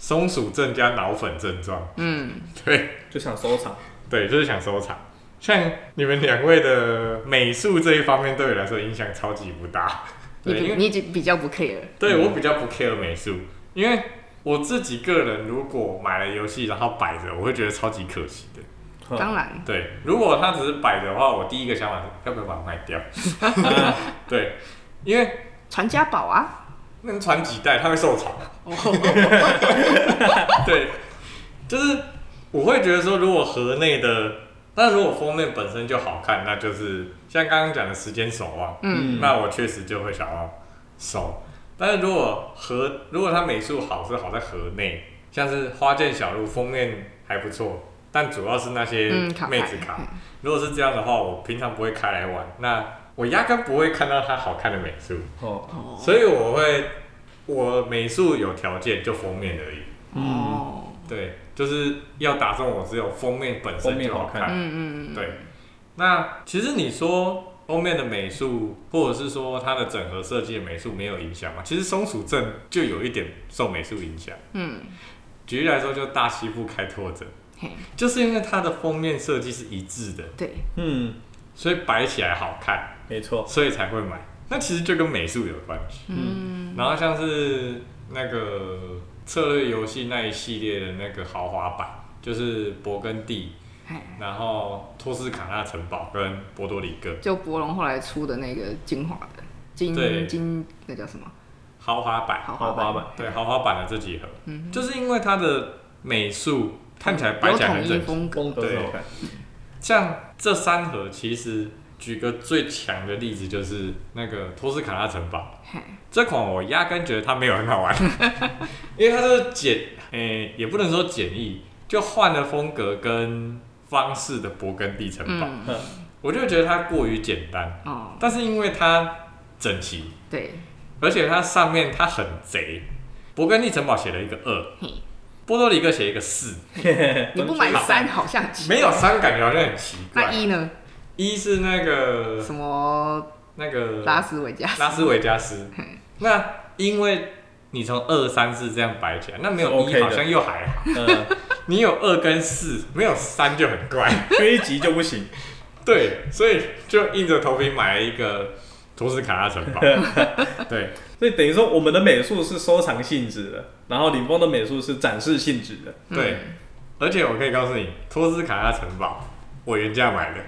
Speaker 2: 松鼠症加脑粉症状。
Speaker 1: 嗯，
Speaker 2: 对。
Speaker 3: 就想收藏。
Speaker 2: 对，就是想收藏。像你们两位的美术这一方面，对我来说影响超级不大。
Speaker 1: 你
Speaker 2: 对，因
Speaker 1: 比
Speaker 2: 为
Speaker 1: 你已经比较不 care，
Speaker 2: 对我比较不 care 美术，因为我自己个人如果买了游戏然后摆着，我会觉得超级可惜的。
Speaker 1: 当然
Speaker 2: 对，如果它只是摆着的话，我第一个想法是要不要把它卖掉。 对，因为
Speaker 1: 传家宝啊，
Speaker 2: 能传几代，它会受潮。 对，就是我会觉得说，如果河内的，那如果封面本身就好看，那就是像刚刚讲的时间守望，
Speaker 1: 嗯
Speaker 2: 那我确实就会想要守。但是如果河，如果它美术好是好在河内，像是花见小路封面还不错，但主要是那些
Speaker 1: 嗯，卡
Speaker 2: 妹
Speaker 1: 牌
Speaker 2: 子卡。
Speaker 1: 嗯
Speaker 2: 如果是这样的话，我平常不会开来玩，那我压根不会看到它好看的美术。
Speaker 3: 哦，
Speaker 1: 哦
Speaker 2: 所以我会，我美术有条件就封面而已。
Speaker 1: 哦，
Speaker 2: 对，就是要打中我只有封面本身就好
Speaker 3: 封面好
Speaker 2: 看。
Speaker 1: 嗯嗯嗯，
Speaker 2: 对，那其实你说封面的美术，或者是说它的整合设计的美术没有影响吗？其实松鼠镇就有一点受美术影响。
Speaker 1: 嗯，
Speaker 2: 举例来说，就大西部开拓者，
Speaker 1: 嘿，
Speaker 2: 就是因为它的封面设计是一致的，
Speaker 1: 对，
Speaker 3: 嗯，
Speaker 2: 所以摆起来好看，
Speaker 3: 没错，
Speaker 2: 所以才会买。那其实就跟美术有关系。
Speaker 1: 嗯，
Speaker 2: 然后像是那个策略游戏那一系列的那个豪华版，就是勃艮第，
Speaker 1: 嘿，
Speaker 2: 然后托斯卡纳城堡跟波多黎各
Speaker 1: 就博龙后来出的那个精华的金
Speaker 2: 对
Speaker 1: 金那叫什么
Speaker 2: 豪华版，
Speaker 1: 豪华
Speaker 3: 豪华版
Speaker 2: 对豪华版的这几盒，
Speaker 1: 嗯
Speaker 2: 就是因为它的美术看起来摆
Speaker 1: 有
Speaker 2: 起来
Speaker 1: 统
Speaker 2: 很
Speaker 1: 一
Speaker 2: 整齐，
Speaker 1: 风格，
Speaker 3: 都是好看。
Speaker 2: 像这三盒其实。举个最强的例子就是那个托斯卡纳城堡，
Speaker 1: 嘿，
Speaker 2: 这款我压根觉得它没有很 好玩，因为它就是简，诶、也不能说简易，就换了风格跟方式的勃艮第城堡，
Speaker 1: 嗯，
Speaker 2: 我就觉得它过于简单。
Speaker 1: 哦，
Speaker 2: 但是因为它整齐，
Speaker 1: 对，
Speaker 2: 而且它上面它很贼，勃艮第城堡写了一个二，
Speaker 1: 嘿，
Speaker 2: 波多黎各写一个四，
Speaker 1: 你不买三好像很奇
Speaker 2: 嗯 没有三感觉好像很奇
Speaker 1: 那
Speaker 2: 怪。
Speaker 1: 啊一 呢？
Speaker 2: 一是那个
Speaker 1: 什么
Speaker 2: 那个
Speaker 1: 拉斯维加斯？
Speaker 2: 拉斯维加斯
Speaker 1: 嘿，
Speaker 2: 那因为你从二三四这样摆起来，那没有
Speaker 3: 是
Speaker 2: 一
Speaker 3: OK 的
Speaker 2: 好像又还好，
Speaker 3: 呃，
Speaker 2: 你有二跟四，没有三就很 怪。
Speaker 3: 缺一级就不行。
Speaker 2: 对，所以就硬着头皮买了一个托斯卡纳城 堡。对，
Speaker 3: 所以等于说，我们的美术是收藏性质的，然后李峰的美术是展示性质的。
Speaker 2: 对，
Speaker 1: 嗯
Speaker 2: 而且我可以告诉你，托斯卡纳城堡我原价买的，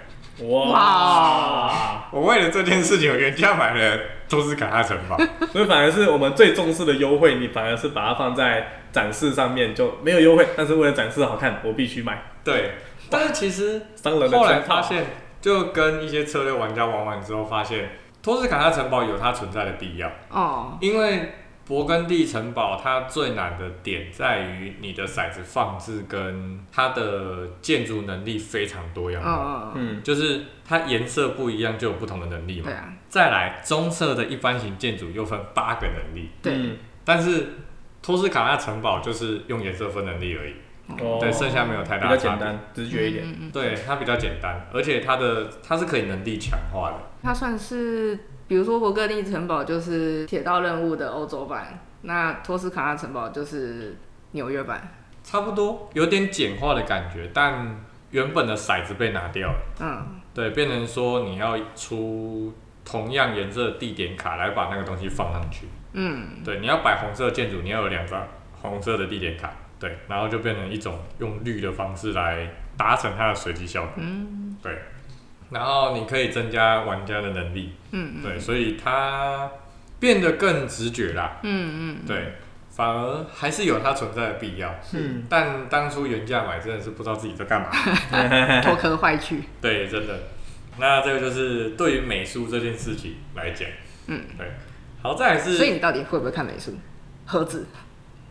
Speaker 1: 哇！
Speaker 2: 我为了这件事情，我原价买了托斯卡纳城堡。
Speaker 3: 所以反而是我们最重视的优惠，你反而是把它放在展示上面，就没有优惠，但是为了展示好看，我必须买。
Speaker 2: 对，但是其实
Speaker 3: 商人的
Speaker 2: 后来
Speaker 3: 圈套
Speaker 2: 发现，就跟一些策略玩家玩完之后，发现托斯卡纳城堡有它存在的必要，
Speaker 1: 哦，
Speaker 2: 因为勃艮第城堡它最难的点在于你的骰子放置跟它的建筑能力非常多样
Speaker 1: 嗯
Speaker 2: 化。
Speaker 1: 嗯嗯，
Speaker 3: 嗯，
Speaker 2: 就是它颜色不一样就有不同的能力嘛
Speaker 1: 对。啊，
Speaker 2: 再来，棕色的一般型建筑又分八个能力，
Speaker 1: 对，
Speaker 3: 嗯
Speaker 2: 但是托斯卡纳城堡就是用颜色分能力而已，
Speaker 3: 哦
Speaker 2: 对，剩下没有太
Speaker 3: 比较
Speaker 2: 大的差
Speaker 3: 简
Speaker 2: 别。
Speaker 3: 单，直觉一点。
Speaker 1: 嗯，嗯嗯
Speaker 2: 对，它比较简单，而且它的它是可以能力强化的。
Speaker 1: 它算是，比如说勃艮第城堡就是铁道任务的欧洲版，那托斯卡纳城堡就是纽约版，
Speaker 2: 差不多有点简化的感觉，但原本的骰子被拿掉了，
Speaker 1: 嗯，
Speaker 2: 对，变成说你要出同样颜色的地点卡来把那个东西放上去。
Speaker 1: 嗯，
Speaker 2: 对，你要摆红色建筑，你要有两张红色的地点卡，对，然后就变成一种用绿的方式来达成它的随机效果，
Speaker 1: 嗯，
Speaker 2: 对，然后你可以增加玩家的能力，
Speaker 1: 嗯，
Speaker 2: 对，所以它变得更直觉啦，
Speaker 1: 嗯嗯，
Speaker 2: 对，反而还是有它存在的必要，
Speaker 3: 嗯，
Speaker 2: 但当初原价买真的是不知道自己在干嘛，
Speaker 1: 脱壳坏去，
Speaker 2: 对，真的，那这个就是对于美术这件事情来讲，
Speaker 1: 嗯，
Speaker 2: 对，好，再来
Speaker 1: 所以
Speaker 2: 是，
Speaker 1: 你到底会不会看美术？盒子，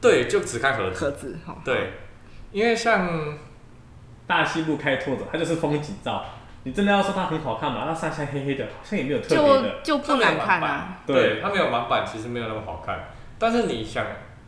Speaker 2: 对，就只看盒子，
Speaker 1: 盒子，哦，
Speaker 2: 对，因为像。
Speaker 3: 大西部开拓者，它就是风景照。你真的要说它很好看吗？它晒晒黑黑的，好像也没有特别
Speaker 1: 就
Speaker 3: 的。
Speaker 1: 就不难看啊，
Speaker 2: 它没有满版对，它没有满版，其实没有那么好看。但是你想，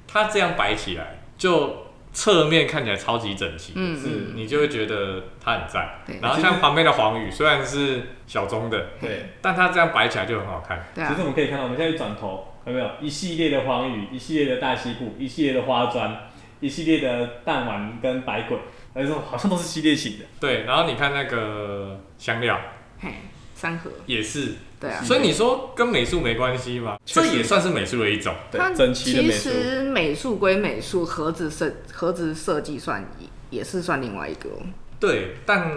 Speaker 2: 它这样摆起来，就侧面看起来超级整齐，
Speaker 1: 嗯
Speaker 2: 是你就会觉得它很赞
Speaker 1: 对。
Speaker 2: 然后像旁边的黄宇，虽然是小棕的，
Speaker 3: 对，
Speaker 2: 但它这样摆起来就很好看。
Speaker 1: 对
Speaker 3: 其
Speaker 1: 啊
Speaker 3: 实，我们可以看到，我们现在一转头，有没有一系列的黄雨，一系列的大西部，一系列的花砖，一系列的弹丸跟百鬼，而且好像都是系列型的。
Speaker 2: 对，然后你看那个香料
Speaker 1: 嘿，三盒，
Speaker 2: 也是，
Speaker 1: 对啊。
Speaker 2: 所以你说跟美术没关系吗？
Speaker 3: 确
Speaker 2: 这
Speaker 3: 实
Speaker 2: 也算是美术的一种。
Speaker 1: 它
Speaker 3: 对，整齐的美
Speaker 1: 其
Speaker 3: 术。
Speaker 1: 实美术归美术，盒子设盒子设计算也也是算另外一个、哦。
Speaker 2: 对，但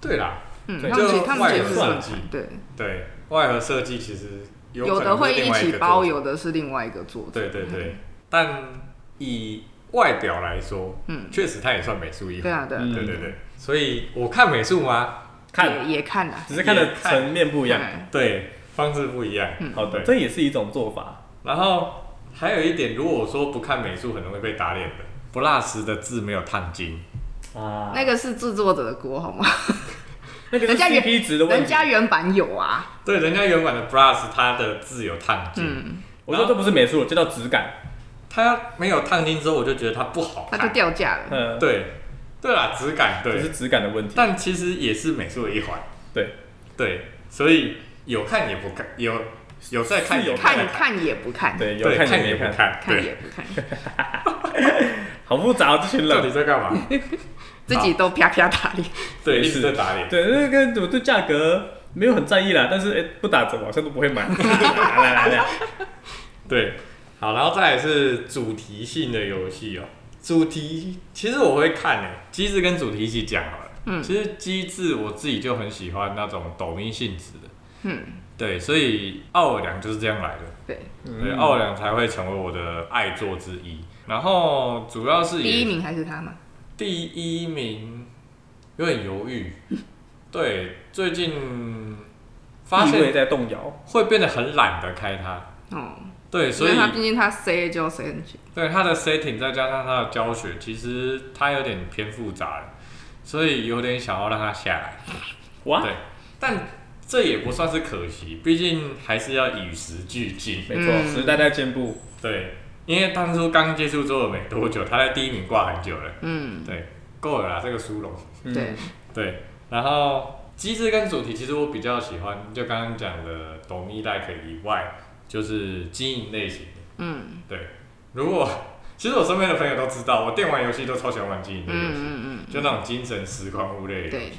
Speaker 2: 对啦，
Speaker 1: 嗯，
Speaker 3: 对
Speaker 1: 他们
Speaker 2: 就
Speaker 1: 其实他们
Speaker 2: 外
Speaker 1: 其
Speaker 2: 盒
Speaker 1: 实是
Speaker 2: 设
Speaker 1: 算
Speaker 2: 计，
Speaker 1: 对，
Speaker 2: 对外盒设计其实有
Speaker 1: 有
Speaker 2: 可
Speaker 1: 的
Speaker 2: 能
Speaker 1: 会
Speaker 2: 是另
Speaker 1: 一
Speaker 2: 外
Speaker 1: 起
Speaker 2: 个作
Speaker 1: 包，嗯
Speaker 2: 品
Speaker 1: 有的是另外一个做的。
Speaker 2: 对对对，但以外表来说，
Speaker 1: 嗯
Speaker 2: 确实它也算美术一
Speaker 1: 对
Speaker 2: 环。
Speaker 1: 啊对啊，
Speaker 3: 嗯
Speaker 2: 对对对，所以我看美术吗？
Speaker 3: 看，
Speaker 1: 也也看了，
Speaker 3: 只是看的
Speaker 2: 也看
Speaker 3: 层面不一样。
Speaker 1: 对
Speaker 2: 对，方式不一样。
Speaker 1: 嗯
Speaker 3: 好的，
Speaker 2: 对
Speaker 3: 这也是一种做法。
Speaker 2: 然后还有一点，如果我说不看美术，很容易被打脸的。不拉斯的字没有烫金，
Speaker 3: 啊，
Speaker 1: 那个是制作者的锅好吗？
Speaker 3: 那个
Speaker 1: 人
Speaker 3: 是
Speaker 1: 家原
Speaker 3: CP 值的问
Speaker 1: 人
Speaker 3: 题。
Speaker 1: 家原版有啊，
Speaker 2: 对，人家原版的 brass 它的字有烫金，
Speaker 1: 嗯，
Speaker 3: 我说这不是美术，这叫质感。
Speaker 2: 它没有烫金之后，我就觉得它不好
Speaker 1: 它就
Speaker 2: 看。
Speaker 1: 掉价了。
Speaker 3: 嗯，
Speaker 2: 对，对啦，质感
Speaker 3: 这
Speaker 2: 对
Speaker 3: 是，质感的问题。
Speaker 2: 但其实也是美术的一环。
Speaker 3: 对，
Speaker 2: 对，所以有看也不看，有有在看
Speaker 3: 是有
Speaker 2: 也不
Speaker 1: 看
Speaker 2: 在
Speaker 1: 看也不看，
Speaker 3: 对，有
Speaker 2: 对，
Speaker 3: 看
Speaker 2: 看
Speaker 3: 也没
Speaker 2: 不
Speaker 3: 看，
Speaker 2: 看，
Speaker 1: 看
Speaker 2: 对，
Speaker 1: 也不 看，
Speaker 3: 好复杂哦这群
Speaker 2: 到
Speaker 3: 人
Speaker 2: 底。在 干嘛？
Speaker 1: 自己都啪啪打脸。
Speaker 2: 对，
Speaker 3: 没
Speaker 2: 一
Speaker 3: 事
Speaker 2: 直在打脸。
Speaker 3: 对，那个我对价格没有很在意啦，但是哎、不打折我好像都不会买。 来来来来，
Speaker 2: 对，好，然后再来是主题性的游戏哦。主题其实我会看诶、欸机制跟主题一起讲好了。
Speaker 1: 嗯
Speaker 2: 其实机制我自己就很喜欢那种抖音性质的，
Speaker 1: 嗯，
Speaker 2: 对，所以奥尔良就是这样来的，
Speaker 1: 对，
Speaker 2: 对，哦奥尔良才会成为我的爱作之一。然后主要是
Speaker 1: 第一
Speaker 2: 也
Speaker 1: 名还是他嘛？
Speaker 2: 第一名有点犹豫，对，最近发
Speaker 3: 地位嗯
Speaker 2: 现
Speaker 3: 在动摇，
Speaker 2: 会变得很懒得开它，
Speaker 1: 哦，
Speaker 2: 对，所以
Speaker 1: 因为他毕竟他塞就塞进去，
Speaker 2: 对它的 setting 再加上它的教学，其实它有点偏复杂了，所以有点想要让它下来，
Speaker 3: 哇，
Speaker 2: 对，但这也不算是可惜，毕竟还是要与时俱进，
Speaker 3: 没错，
Speaker 1: 嗯
Speaker 3: 时代在进步，
Speaker 2: 对，因为当初刚接触做了没多久，它在第一名挂很久了，
Speaker 1: 嗯，
Speaker 2: 对，够了啦，这个殊荣。
Speaker 3: 嗯
Speaker 1: 对，
Speaker 2: 对，然后机制跟主题，其实我比较喜欢，就刚刚讲的抖咪 like 以外，就是经营类型的。
Speaker 1: 嗯，
Speaker 2: 对，如果其实我身边的朋友都知道，我电玩游戏都超喜欢玩经营类游戏，
Speaker 1: 嗯嗯
Speaker 2: 就那种精神时光屋类的游
Speaker 1: 对
Speaker 2: 戏。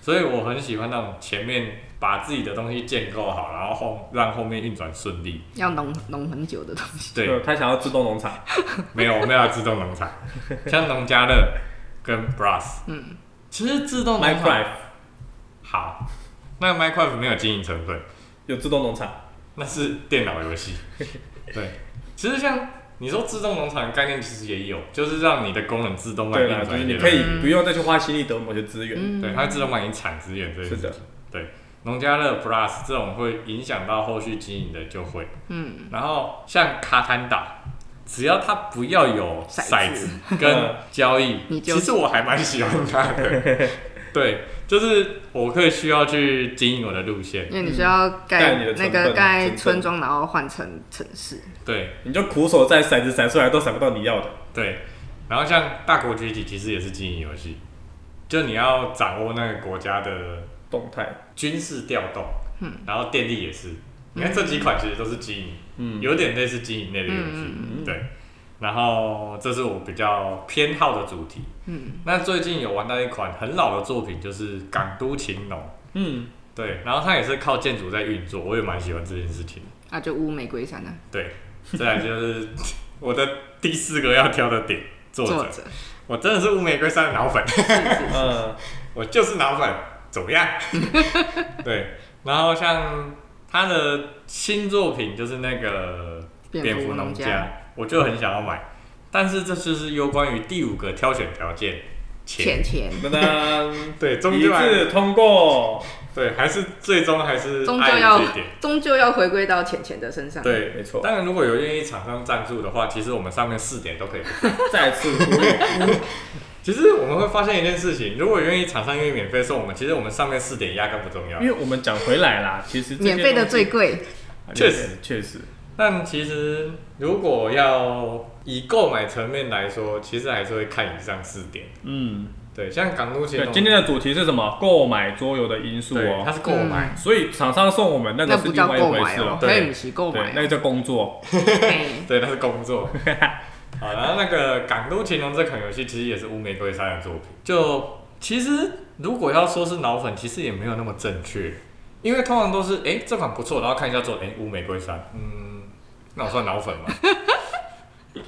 Speaker 2: 所以我很喜欢那种前面把自己的东西建构好，然后后让后面运转顺利
Speaker 1: 嗯。，要浓浓很久的东西。
Speaker 2: 对，
Speaker 3: 呃他想要自动农场，
Speaker 2: 没有，我们要自动农场，像农家乐跟 Brass，
Speaker 1: 嗯，
Speaker 2: 其实自动
Speaker 3: m i n e
Speaker 2: 农场
Speaker 3: c
Speaker 2: 好，那 Minecraft 没有经营成分，
Speaker 3: 有自动农场，
Speaker 2: 那是电脑 游戏。对，其实像你说自动农场的概念，其实也有，就是让你的功能自动来
Speaker 3: 对
Speaker 2: 运
Speaker 3: 啦，就是
Speaker 2: 转一
Speaker 3: 你
Speaker 2: 些
Speaker 3: 可
Speaker 2: 东西，
Speaker 3: 以不用再去花心力得某些资源，
Speaker 1: 嗯，
Speaker 2: 对，它会自动帮你产资源这些
Speaker 3: 是
Speaker 2: 事情
Speaker 3: 的。，
Speaker 2: 农家乐 Plus 这种会影响到后续经营的就会，
Speaker 1: 嗯，
Speaker 2: 然后像卡坦岛，只要它不要有
Speaker 1: 骰
Speaker 2: 骰
Speaker 1: 子，
Speaker 2: 子 跟交易
Speaker 1: 你就
Speaker 2: 其实我还蛮喜欢它的。对，就是我会需要去经营我的路线。
Speaker 1: 因为你需要盖
Speaker 3: 盖你的
Speaker 1: 那
Speaker 3: 成
Speaker 1: 个
Speaker 3: 本
Speaker 1: 盖
Speaker 3: 成本
Speaker 1: 村庄，然后换成城市。
Speaker 2: 对
Speaker 3: 你就苦守在骰子骰出来都骰不到你要的，
Speaker 2: 对，然后像大国崛起其实也是经营游戏，就你要掌握那个国家的
Speaker 3: 动态，
Speaker 2: 军事调动，
Speaker 1: 嗯
Speaker 2: 然后电力也是，你看这几款其实都是经营，有点类似经营类的游戏，
Speaker 1: 嗯
Speaker 2: 对。然后这是我比较偏好的主题，
Speaker 1: 嗯，
Speaker 2: 那最近有玩到一款很老的作品，就是《港都情农》，
Speaker 3: 嗯，
Speaker 2: 对，然后它也是靠建筑在运作，我也蛮喜欢这件事情的，
Speaker 1: 啊，就乌玫瑰山啊，
Speaker 2: 对。再来就是 我的第四个要挑的点，作
Speaker 1: 作
Speaker 2: 者，
Speaker 1: 者
Speaker 2: 我真的是乌玫瑰山的脑粉，
Speaker 3: 呃，
Speaker 2: 我就是脑粉，怎么样？对，然后像他的新作品就是那个蝙蝠农
Speaker 1: 家，
Speaker 2: 家，我就很想要买，但是这就是有关于第五个挑选条件，
Speaker 1: 钱
Speaker 2: 钱。
Speaker 1: 钱，
Speaker 3: 噔噔，
Speaker 2: 对，终
Speaker 3: 一
Speaker 2: 究还
Speaker 3: 致通过，
Speaker 2: 对，还是最终还是
Speaker 1: 终
Speaker 2: 爱
Speaker 1: 究
Speaker 2: 你
Speaker 1: 要
Speaker 2: 这一点。
Speaker 1: 终究要回归到钱钱的身上。，啊
Speaker 2: 对，
Speaker 3: 没错
Speaker 2: 当然，如果有愿意厂商赞助的话，其实我们上面四点都可以。
Speaker 3: 再次忽略，
Speaker 2: 其实我们会发现一件事情，如果愿意厂商愿意免费送我们，其实我们上面四点压根不重要
Speaker 3: 因。为我们讲回来啦，其实这些
Speaker 1: 免费的
Speaker 3: 东西啊
Speaker 1: 最贵。
Speaker 2: 确实
Speaker 3: 确实，
Speaker 2: 但其实如果要以购买层面来说，其实还是会看以上四点。
Speaker 3: 嗯，
Speaker 2: 对，像港都行
Speaker 3: 对，
Speaker 2: 动，
Speaker 3: 今天的主题是什么？购买桌游的因素
Speaker 2: 对它
Speaker 3: 哦。
Speaker 2: 是购买，
Speaker 3: 所以厂商送我们那
Speaker 1: 那
Speaker 3: 个是
Speaker 1: 不
Speaker 3: 另
Speaker 1: 叫
Speaker 3: 外一
Speaker 1: 购
Speaker 3: 回
Speaker 1: 买
Speaker 3: 事
Speaker 1: 哦
Speaker 3: 了，，
Speaker 1: 那
Speaker 2: 对
Speaker 1: 你是购
Speaker 3: 对
Speaker 1: 买，
Speaker 3: 那个
Speaker 1: 哦。
Speaker 3: 叫工作。
Speaker 1: 嘿
Speaker 2: 对，它是工 作。好，然后那个港都情龙这款游戏其实也是乌玫瑰山的作品。就其实如果要说是脑粉，其实也没有那么正确，因为通常都是哎、诶这款不错，然后看一下作品，哎、乌玫瑰山，嗯，那我算脑粉吧。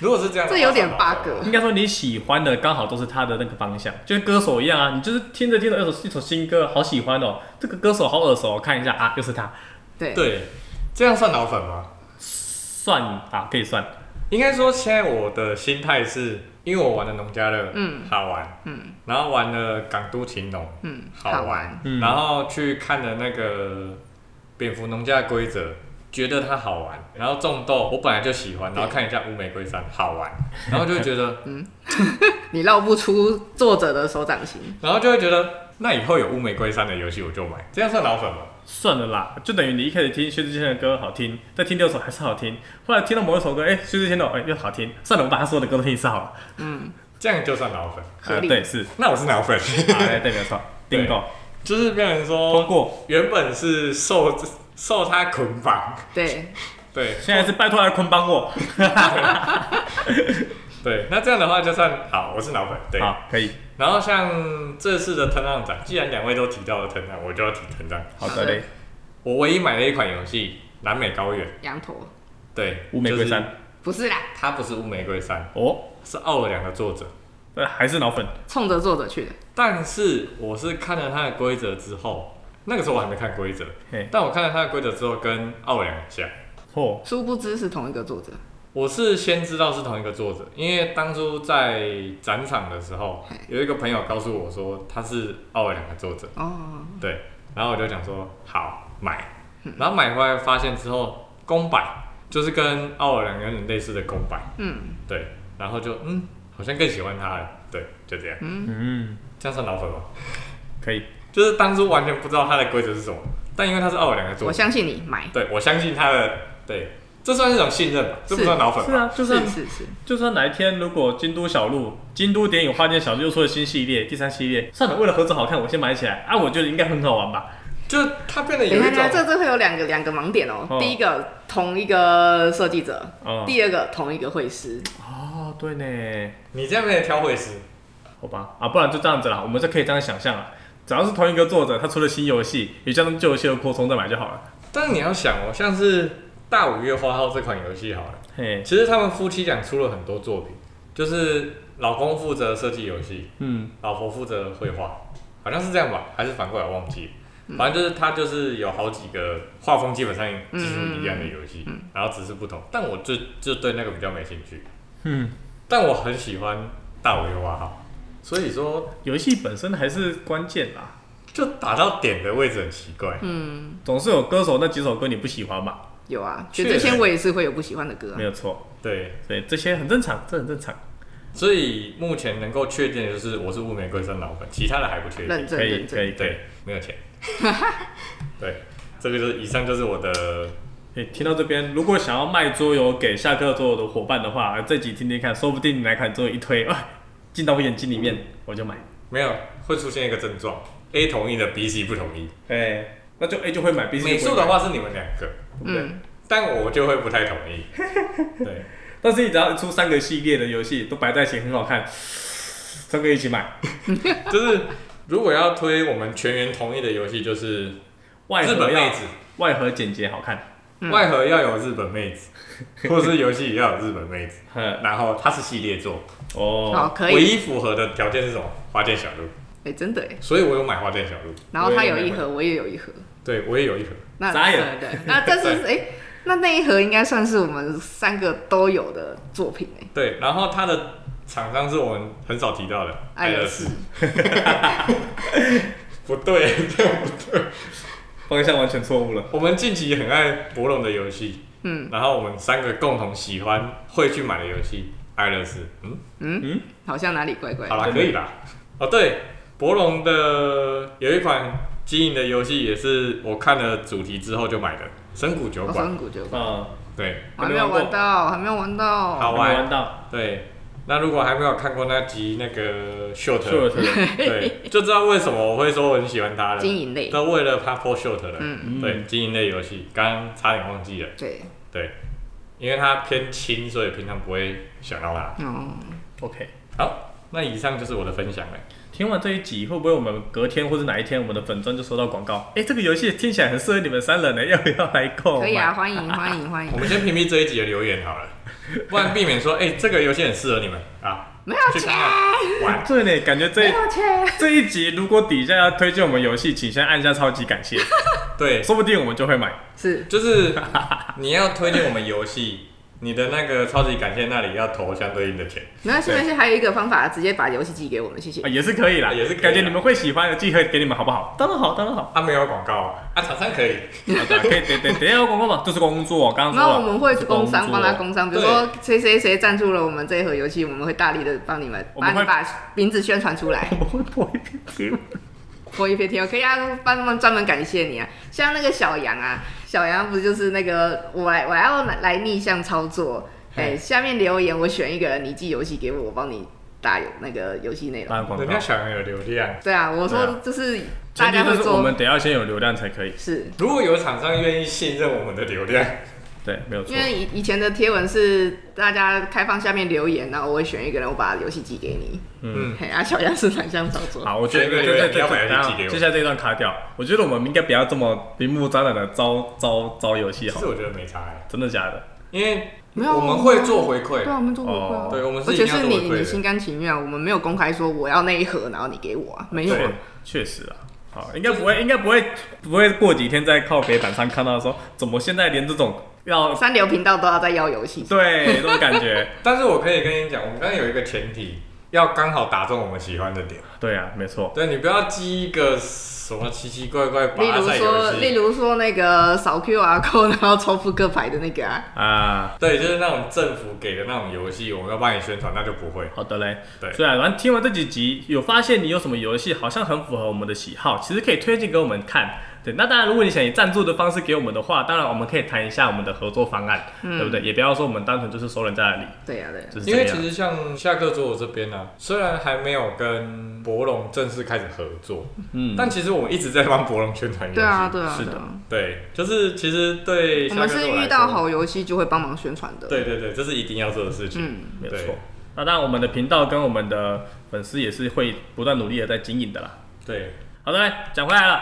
Speaker 2: 如果是这样的话，
Speaker 1: 这有点
Speaker 2: 算脑粉
Speaker 1: bug
Speaker 3: 应该说你喜欢的刚好都是他的那个方向，就跟歌手一样啊，你就是听着听着一首一首新歌，好喜欢哦，这个歌手好耳熟哦，看一下啊，又是他，
Speaker 1: 对，
Speaker 2: 对，这样算脑粉吗？
Speaker 3: 算啊，可以算，
Speaker 2: 应该说，现在我的心态是，因为我玩了农家乐，
Speaker 1: 嗯，
Speaker 2: 好玩，
Speaker 1: 嗯，
Speaker 2: 然后玩了港都情农，
Speaker 1: 嗯，
Speaker 2: 好
Speaker 1: 好
Speaker 2: 玩
Speaker 1: 玩，
Speaker 3: 嗯
Speaker 2: 然后去看了那个蝙蝠农家的规则，觉得它好玩，然后种豆我本来就喜欢，然后看一下乌玫瑰山好 玩，然后就会觉得，
Speaker 1: 嗯你绕不出作者的手掌心。
Speaker 2: 然后就会觉得，那以后有乌玫瑰山的游戏我就买，这样算脑粉吗？
Speaker 3: 算了啦，就等于你一开始听薛之谦的歌好听，再听六首还是好听，后来听到某一首歌，哎、薛之谦的哎、又好听，算了，我把他所有的歌都听一次好了，啊
Speaker 2: 这样就算脑粉，
Speaker 1: 合理
Speaker 3: 对是，
Speaker 2: 那我是脑粉，
Speaker 3: 啊对对没错，
Speaker 2: 对哦
Speaker 3: 订购
Speaker 2: 就是变成
Speaker 3: 通
Speaker 2: 说，
Speaker 3: 过，
Speaker 2: 原本是受受他捆绑，
Speaker 1: 对，
Speaker 2: 对，
Speaker 3: 现在是拜托来坤帮我，
Speaker 2: 对，那这样的话就算好，我是脑粉。对，
Speaker 3: 好可以，
Speaker 2: 然后像这次的藤浪展，既然两位都提到了藤浪，我就要提藤浪。
Speaker 3: 好的嘞，
Speaker 2: 我唯一买的一款游戏《南美高原》，
Speaker 1: 羊驼
Speaker 2: 对，
Speaker 3: 乌玫瑰
Speaker 2: 就是
Speaker 3: 山
Speaker 1: 不是啦，
Speaker 2: 它不是乌玫瑰山，
Speaker 3: 哦，
Speaker 2: 是奥尔良的作者。
Speaker 3: 呃还是脑粉，
Speaker 1: 冲着作者去的。
Speaker 2: 但是我是看了它的规则之后，那个时候我还没看规则
Speaker 3: 嘿，
Speaker 2: 但我看了它的规则之后，跟奥尔良很像。
Speaker 3: 哦，
Speaker 1: 殊不知是同一个作者。
Speaker 2: 我是先知道是同一个作者，因为当初在展场的时候
Speaker 1: 嘿，
Speaker 2: 有一个朋友告诉我说他是奥尔良的作者。
Speaker 1: 哦，
Speaker 2: 对，然后我就讲说好买，
Speaker 1: 嗯
Speaker 2: 然后买回来发现之后公版就是跟奥尔良有点类似的公版，
Speaker 1: 嗯，
Speaker 2: 对，然后就嗯好像更喜欢它了，对，就这样，
Speaker 3: 嗯，
Speaker 2: 这样算老粉吗？
Speaker 3: 可以，
Speaker 2: 就是当初完全不知道它的规则是什么，但因为它是奥尔良的作
Speaker 1: 我
Speaker 2: 品，
Speaker 1: 相信你买。
Speaker 2: 对我相信它的，对，这算是一种信任吧，这不
Speaker 1: 是
Speaker 2: 算老粉
Speaker 3: 是
Speaker 2: 吧？
Speaker 3: 啊，就是算
Speaker 1: 是是，
Speaker 3: 就算哪一天如果京都小路、京都电影花间小路又出了新系列、第三系列，算了，为了盒子好看，我先买起来啊，我觉得应该很好玩吧。
Speaker 2: 就是它变得
Speaker 1: 等
Speaker 2: 哎有
Speaker 1: 一下，等一
Speaker 2: 一种
Speaker 1: 下，这这会有两个两个盲点哦、
Speaker 3: 哦
Speaker 1: 第一个，同一个设计者；
Speaker 3: 哦
Speaker 1: 第二个，同一个绘师。
Speaker 3: 哦，对呢，
Speaker 2: 你这样没有挑会师，
Speaker 3: 好吧，啊，不然就这样子啦，我们就可以这样想象了。只要是同一个作者，他出了新游戏，也将旧游戏的扩充再买就好了。
Speaker 2: 但是你要想哦，像是《大五月花号》这款游戏好了，
Speaker 3: 嘿，
Speaker 2: 其实他们夫妻俩出了很多作品，就是老公负责设计游戏，
Speaker 3: 嗯，
Speaker 2: 老婆负责绘画，好像是这样吧，还是反过来忘记了。反正就是他就是有好几个画风基本上几乎一样的游戏，然后只是不同。但我就就对那个比较没兴趣，
Speaker 3: 嗯，
Speaker 2: 但我很喜欢《大五月花号》，所以说
Speaker 3: 游戏本身还是关键啦。
Speaker 2: 就打到点的位置很奇怪。
Speaker 1: 嗯，
Speaker 3: 总是有歌手那几首歌你不喜欢吧？
Speaker 1: 有啊，
Speaker 2: 确
Speaker 1: 就
Speaker 2: 实
Speaker 1: 这些我也是会有不喜欢的歌啊、
Speaker 3: 没有错，
Speaker 2: 对，
Speaker 3: 所以这些很正常，这很正常。
Speaker 2: 所以目前能够确定的就是我是乌玫瑰生老粉，其他的还不确定
Speaker 1: 认。真
Speaker 3: 可以
Speaker 1: 认
Speaker 3: 可
Speaker 1: 真。
Speaker 3: 以可以，
Speaker 2: 对，没有钱。 对，这个就是以上就是我的
Speaker 3: 诶听到这边，如果想要卖桌游给下课桌游的伙伴的话，这集听听看，说不定你来看桌游一推， 哇、进到我眼睛里
Speaker 2: 嗯
Speaker 3: 面，我就买。
Speaker 2: 没有会出现一个症状，A 同意的，B、C 不同意。
Speaker 3: 哎、那就 A 就会买，B
Speaker 2: 美术的，话是你们两个，
Speaker 1: 嗯，
Speaker 2: 但我就会不太同 意。对，
Speaker 3: 但是你只要出三个系列的游戏都摆在一起很好看，三个一起买。
Speaker 2: 就是如果要推我们全员同意的游戏，就是
Speaker 3: 外
Speaker 2: 日
Speaker 3: 盒
Speaker 2: 本妹
Speaker 3: 要
Speaker 2: 子，
Speaker 3: 外盒简洁好看，
Speaker 1: 嗯
Speaker 2: 外盒要有日本妹子， 或者是游戏也要有日本妹 子。
Speaker 3: 呵
Speaker 2: 然后它是系列作，
Speaker 1: 好，
Speaker 3: 哦，
Speaker 1: 可
Speaker 2: 唯
Speaker 1: 以。
Speaker 2: 一符合的条件是什么？花店小路，
Speaker 1: 哎、真的哎。
Speaker 2: 所以我有买花店小路，
Speaker 1: 然后他
Speaker 3: 我
Speaker 1: 有
Speaker 3: 也有
Speaker 1: 一
Speaker 3: 买
Speaker 1: 盒，我也有一盒。
Speaker 2: 对我也有一盒。
Speaker 1: 那
Speaker 3: 眨眼
Speaker 1: 对对，那但是哎、那那一盒应该算是我们三个都有的作品哎、
Speaker 2: 对，然后它的厂商是我们很少提到的，
Speaker 1: 爱乐士。
Speaker 2: 不对， 这样不对。
Speaker 3: 方向完全错误了。
Speaker 2: 我们近期很爱博龙的游戏，嗯，然后我们三个共同喜欢会去买的游戏，爱乐士，嗯，
Speaker 1: 好像哪里怪怪
Speaker 2: 好
Speaker 1: 的。
Speaker 2: 啦，可以啦。哦，对，博龙的有一款经营的游戏，也是我看了主题之后就买的，《神谷酒
Speaker 1: 我
Speaker 2: 馆》
Speaker 1: 上古就有
Speaker 3: 嗯，
Speaker 2: 对
Speaker 1: 我还没有玩到，还没有玩到。
Speaker 2: 好
Speaker 3: 没
Speaker 2: 玩
Speaker 3: 玩到，
Speaker 2: 对，那如果还没有看过那集那个 short，
Speaker 3: 错了错了。
Speaker 2: 对，就知道为什么我会说我很喜欢它了。
Speaker 1: 经营类。
Speaker 2: 都为了 Papo Short 的，
Speaker 1: 嗯
Speaker 2: 对，经营类游戏，刚刚差点忘记了，
Speaker 1: 对，
Speaker 2: 对，因为它偏轻，所以平常不会想到它。
Speaker 1: 哦，
Speaker 3: OK，
Speaker 2: 好，那以上就是我的分享了。
Speaker 3: 听完这一集，会不会我们隔天或者哪一天，我们的粉砖就收到广告？哎、这个游戏听起来很适合你们三人呢，要不要来购买？
Speaker 1: 可以啊，欢迎欢迎欢
Speaker 2: 我
Speaker 1: 迎。
Speaker 2: 们先屏蔽这一集的留言好了，不然避免说，哎、这个游戏很适合你们啊，
Speaker 1: 没有
Speaker 2: 去
Speaker 1: 钱
Speaker 2: 看，看玩。
Speaker 3: 对呢，感 觉
Speaker 1: 没
Speaker 3: 这
Speaker 1: 有钱。
Speaker 3: 这一集如果底下要推荐我们游戏，请先按下超级感谢，
Speaker 2: 对，
Speaker 3: 说不定我们就会买。啊
Speaker 1: 是，
Speaker 2: 就是你要推荐我们游戏，你的那个超级感谢那里要投相对应的钱。
Speaker 1: 没关系，
Speaker 2: 对
Speaker 1: 没关系。还有一个方法，直接把游戏寄给我们，谢谢
Speaker 3: 啊，。也是可以啦，
Speaker 2: 也是可以啦
Speaker 3: 感觉你们会喜欢的，寄盒给你们好不好？当然好，当然 好。
Speaker 2: 啊，没有广告啊，啊，厂商可以。
Speaker 3: 好的，可以，等等等一下有广告嘛，就是工作，刚刚
Speaker 1: 那
Speaker 3: 说
Speaker 1: 我
Speaker 3: 了。
Speaker 1: 们会工
Speaker 3: 哦
Speaker 1: 商帮他工商，比如说谁谁谁赞助了我们这一盒游戏，我们会大力的帮你们，
Speaker 3: 我
Speaker 1: 帮
Speaker 3: 们
Speaker 1: 你
Speaker 3: 会
Speaker 1: 把名字宣传出来
Speaker 3: 我，们会破一篇贴文
Speaker 1: 播一篇贴文，可以啊，帮他们专门感谢你啊。像那个小杨啊，小杨不就是那个我来我要来来逆向操作，哎、
Speaker 2: 嘿
Speaker 1: 下面留言我选一个人，你寄游戏给我，我帮你打游那个游戏内容。
Speaker 3: 打广
Speaker 2: 人
Speaker 3: 告
Speaker 2: 家，想要有流量，
Speaker 1: 对啊，我
Speaker 3: 对啊
Speaker 1: 说就是大
Speaker 3: 前提
Speaker 1: 家会
Speaker 3: 就是我
Speaker 1: 做
Speaker 3: 们得要先有流量才可以。
Speaker 1: 是。
Speaker 2: 如果有厂商愿意信任我们的流量，
Speaker 3: 对，没有错
Speaker 1: 因。为以以前的贴文是大家开放下面留言，然后我会选一个人，我把游戏寄给你。
Speaker 2: 嗯
Speaker 1: 嗯，嘿，啊，小杨是反向操作。
Speaker 3: 好，我觉得
Speaker 2: 对
Speaker 3: 对
Speaker 2: 对对
Speaker 3: 对
Speaker 2: 你
Speaker 3: 对
Speaker 2: 要把游戏
Speaker 3: 对
Speaker 2: 寄给我
Speaker 3: 接下来这一段卡掉。我觉得我们应该不要这么明目张胆的招招招游戏
Speaker 2: 其
Speaker 3: 好
Speaker 2: 实
Speaker 3: 了，
Speaker 2: 我觉得没差欸，
Speaker 3: 真的假的？
Speaker 2: 因为
Speaker 1: 没有啊
Speaker 2: 我们会做回馈
Speaker 1: 对，啊，我们做回馈啊
Speaker 3: 哦。
Speaker 2: 对，我们是
Speaker 1: 而
Speaker 2: 一定
Speaker 1: 且
Speaker 2: 要
Speaker 1: 是
Speaker 2: 做回
Speaker 1: 你
Speaker 2: 馈
Speaker 1: 你
Speaker 2: 的。
Speaker 1: 心甘情愿啊，我们没有公开说我要那一盒，然后你给我啊，没有
Speaker 3: 对
Speaker 1: 啊。，
Speaker 3: 确实啊。好，应该不会，应该不会，不会过几天在靠北板上看到说，怎么现在连这种要
Speaker 1: 三流频道都要在邀游戏，
Speaker 3: 对这种感觉，
Speaker 2: 但是我可以跟你讲，我们刚刚有一个前提，要刚好打中我们喜欢的点。
Speaker 3: 对啊，没错，
Speaker 2: 对你不要记一个什么奇奇怪怪
Speaker 1: 例
Speaker 2: 拔
Speaker 1: 如
Speaker 2: 赛
Speaker 1: 说
Speaker 2: 游
Speaker 1: 例
Speaker 2: 戏，
Speaker 1: 如说那个扫 QR code 然后抽扑克牌的那个啊，
Speaker 3: 啊，
Speaker 2: 对，就是那种政府给的那种游戏，我们要帮你宣传，那就不会。
Speaker 3: 好的嘞，
Speaker 2: 对
Speaker 3: 虽然听完这几集，有发现你有什么游戏好像很符合我们的喜好，其实可以推荐给我们看。对，那当然，如果你想以赞助的方式给我们的话，当然我们可以谈一下我们的合作方案，对不对？也不要说我们单纯就是收人家的礼，
Speaker 1: 对啊呀、对呀、
Speaker 3: 就是
Speaker 2: 嗯因
Speaker 3: 这
Speaker 2: 为其
Speaker 3: 样。
Speaker 2: 实像下课桌游这边呢、啊虽然还没有跟博龙正式开始合作，
Speaker 3: 嗯，
Speaker 2: 但其实我们一直在帮博龙宣传游戏。
Speaker 1: 对啊，对啊，
Speaker 3: 是的
Speaker 1: 对啊
Speaker 2: 对，就是其实
Speaker 1: 我
Speaker 2: 对下课
Speaker 1: 们
Speaker 2: 桌
Speaker 1: 是
Speaker 2: 游来
Speaker 1: 遇
Speaker 2: 说
Speaker 1: 到好游戏就会帮忙宣传的。
Speaker 2: 对对对，这是一定要做的事情。
Speaker 1: 嗯，
Speaker 3: 没有
Speaker 2: 对
Speaker 3: 错。那当然，我们的频道跟我们的粉丝也是会不断努力的在经营的啦。
Speaker 2: 对，
Speaker 3: 好的，来讲回来了。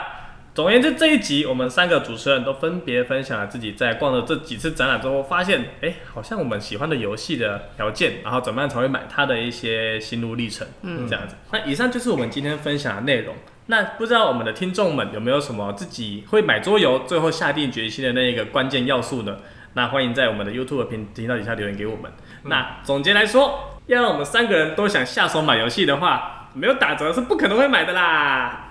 Speaker 3: 总而言之，这一集我们三个主持人都分别分享了自己在逛了这几次展览之后，发现哎、诶好像我们喜欢的游戏的条件，然后怎么样才会买它的一些心路历程，嗯，这样子。那以上就是我们今天分享的内容。那不知道我们的听众们有没有什么自己会买桌游，最后下定决心的那一个关键要素呢？那欢迎在我们的 YouTube 频频道底下留言给我们。那总结来说，要让我们三个人都想下手买游戏的话，没有打折是不可能会买的啦。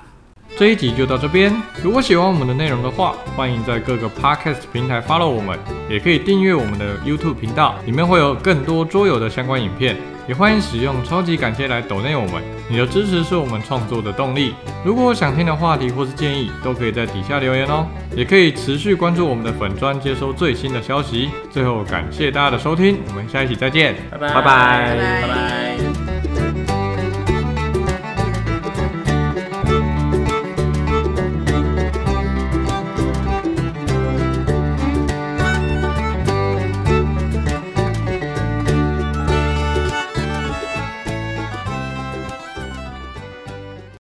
Speaker 2: 这一集就到这边。如果喜欢我们的内容的话，欢迎在各个 podcast 平台 follow 我们，也可以订阅我们的 YouTube 频道，里面会有更多桌游的相关影片。也欢迎使用超级感谢来抖内我们，你的支持是我们创作的动力。如果有想听的话题或是建议，都可以在底下留言哦。也可以持续关注我们的粉专，接收最新的消息。最后感谢大家的收听，我们下一期再见，
Speaker 3: 拜拜
Speaker 1: 拜拜
Speaker 3: 拜拜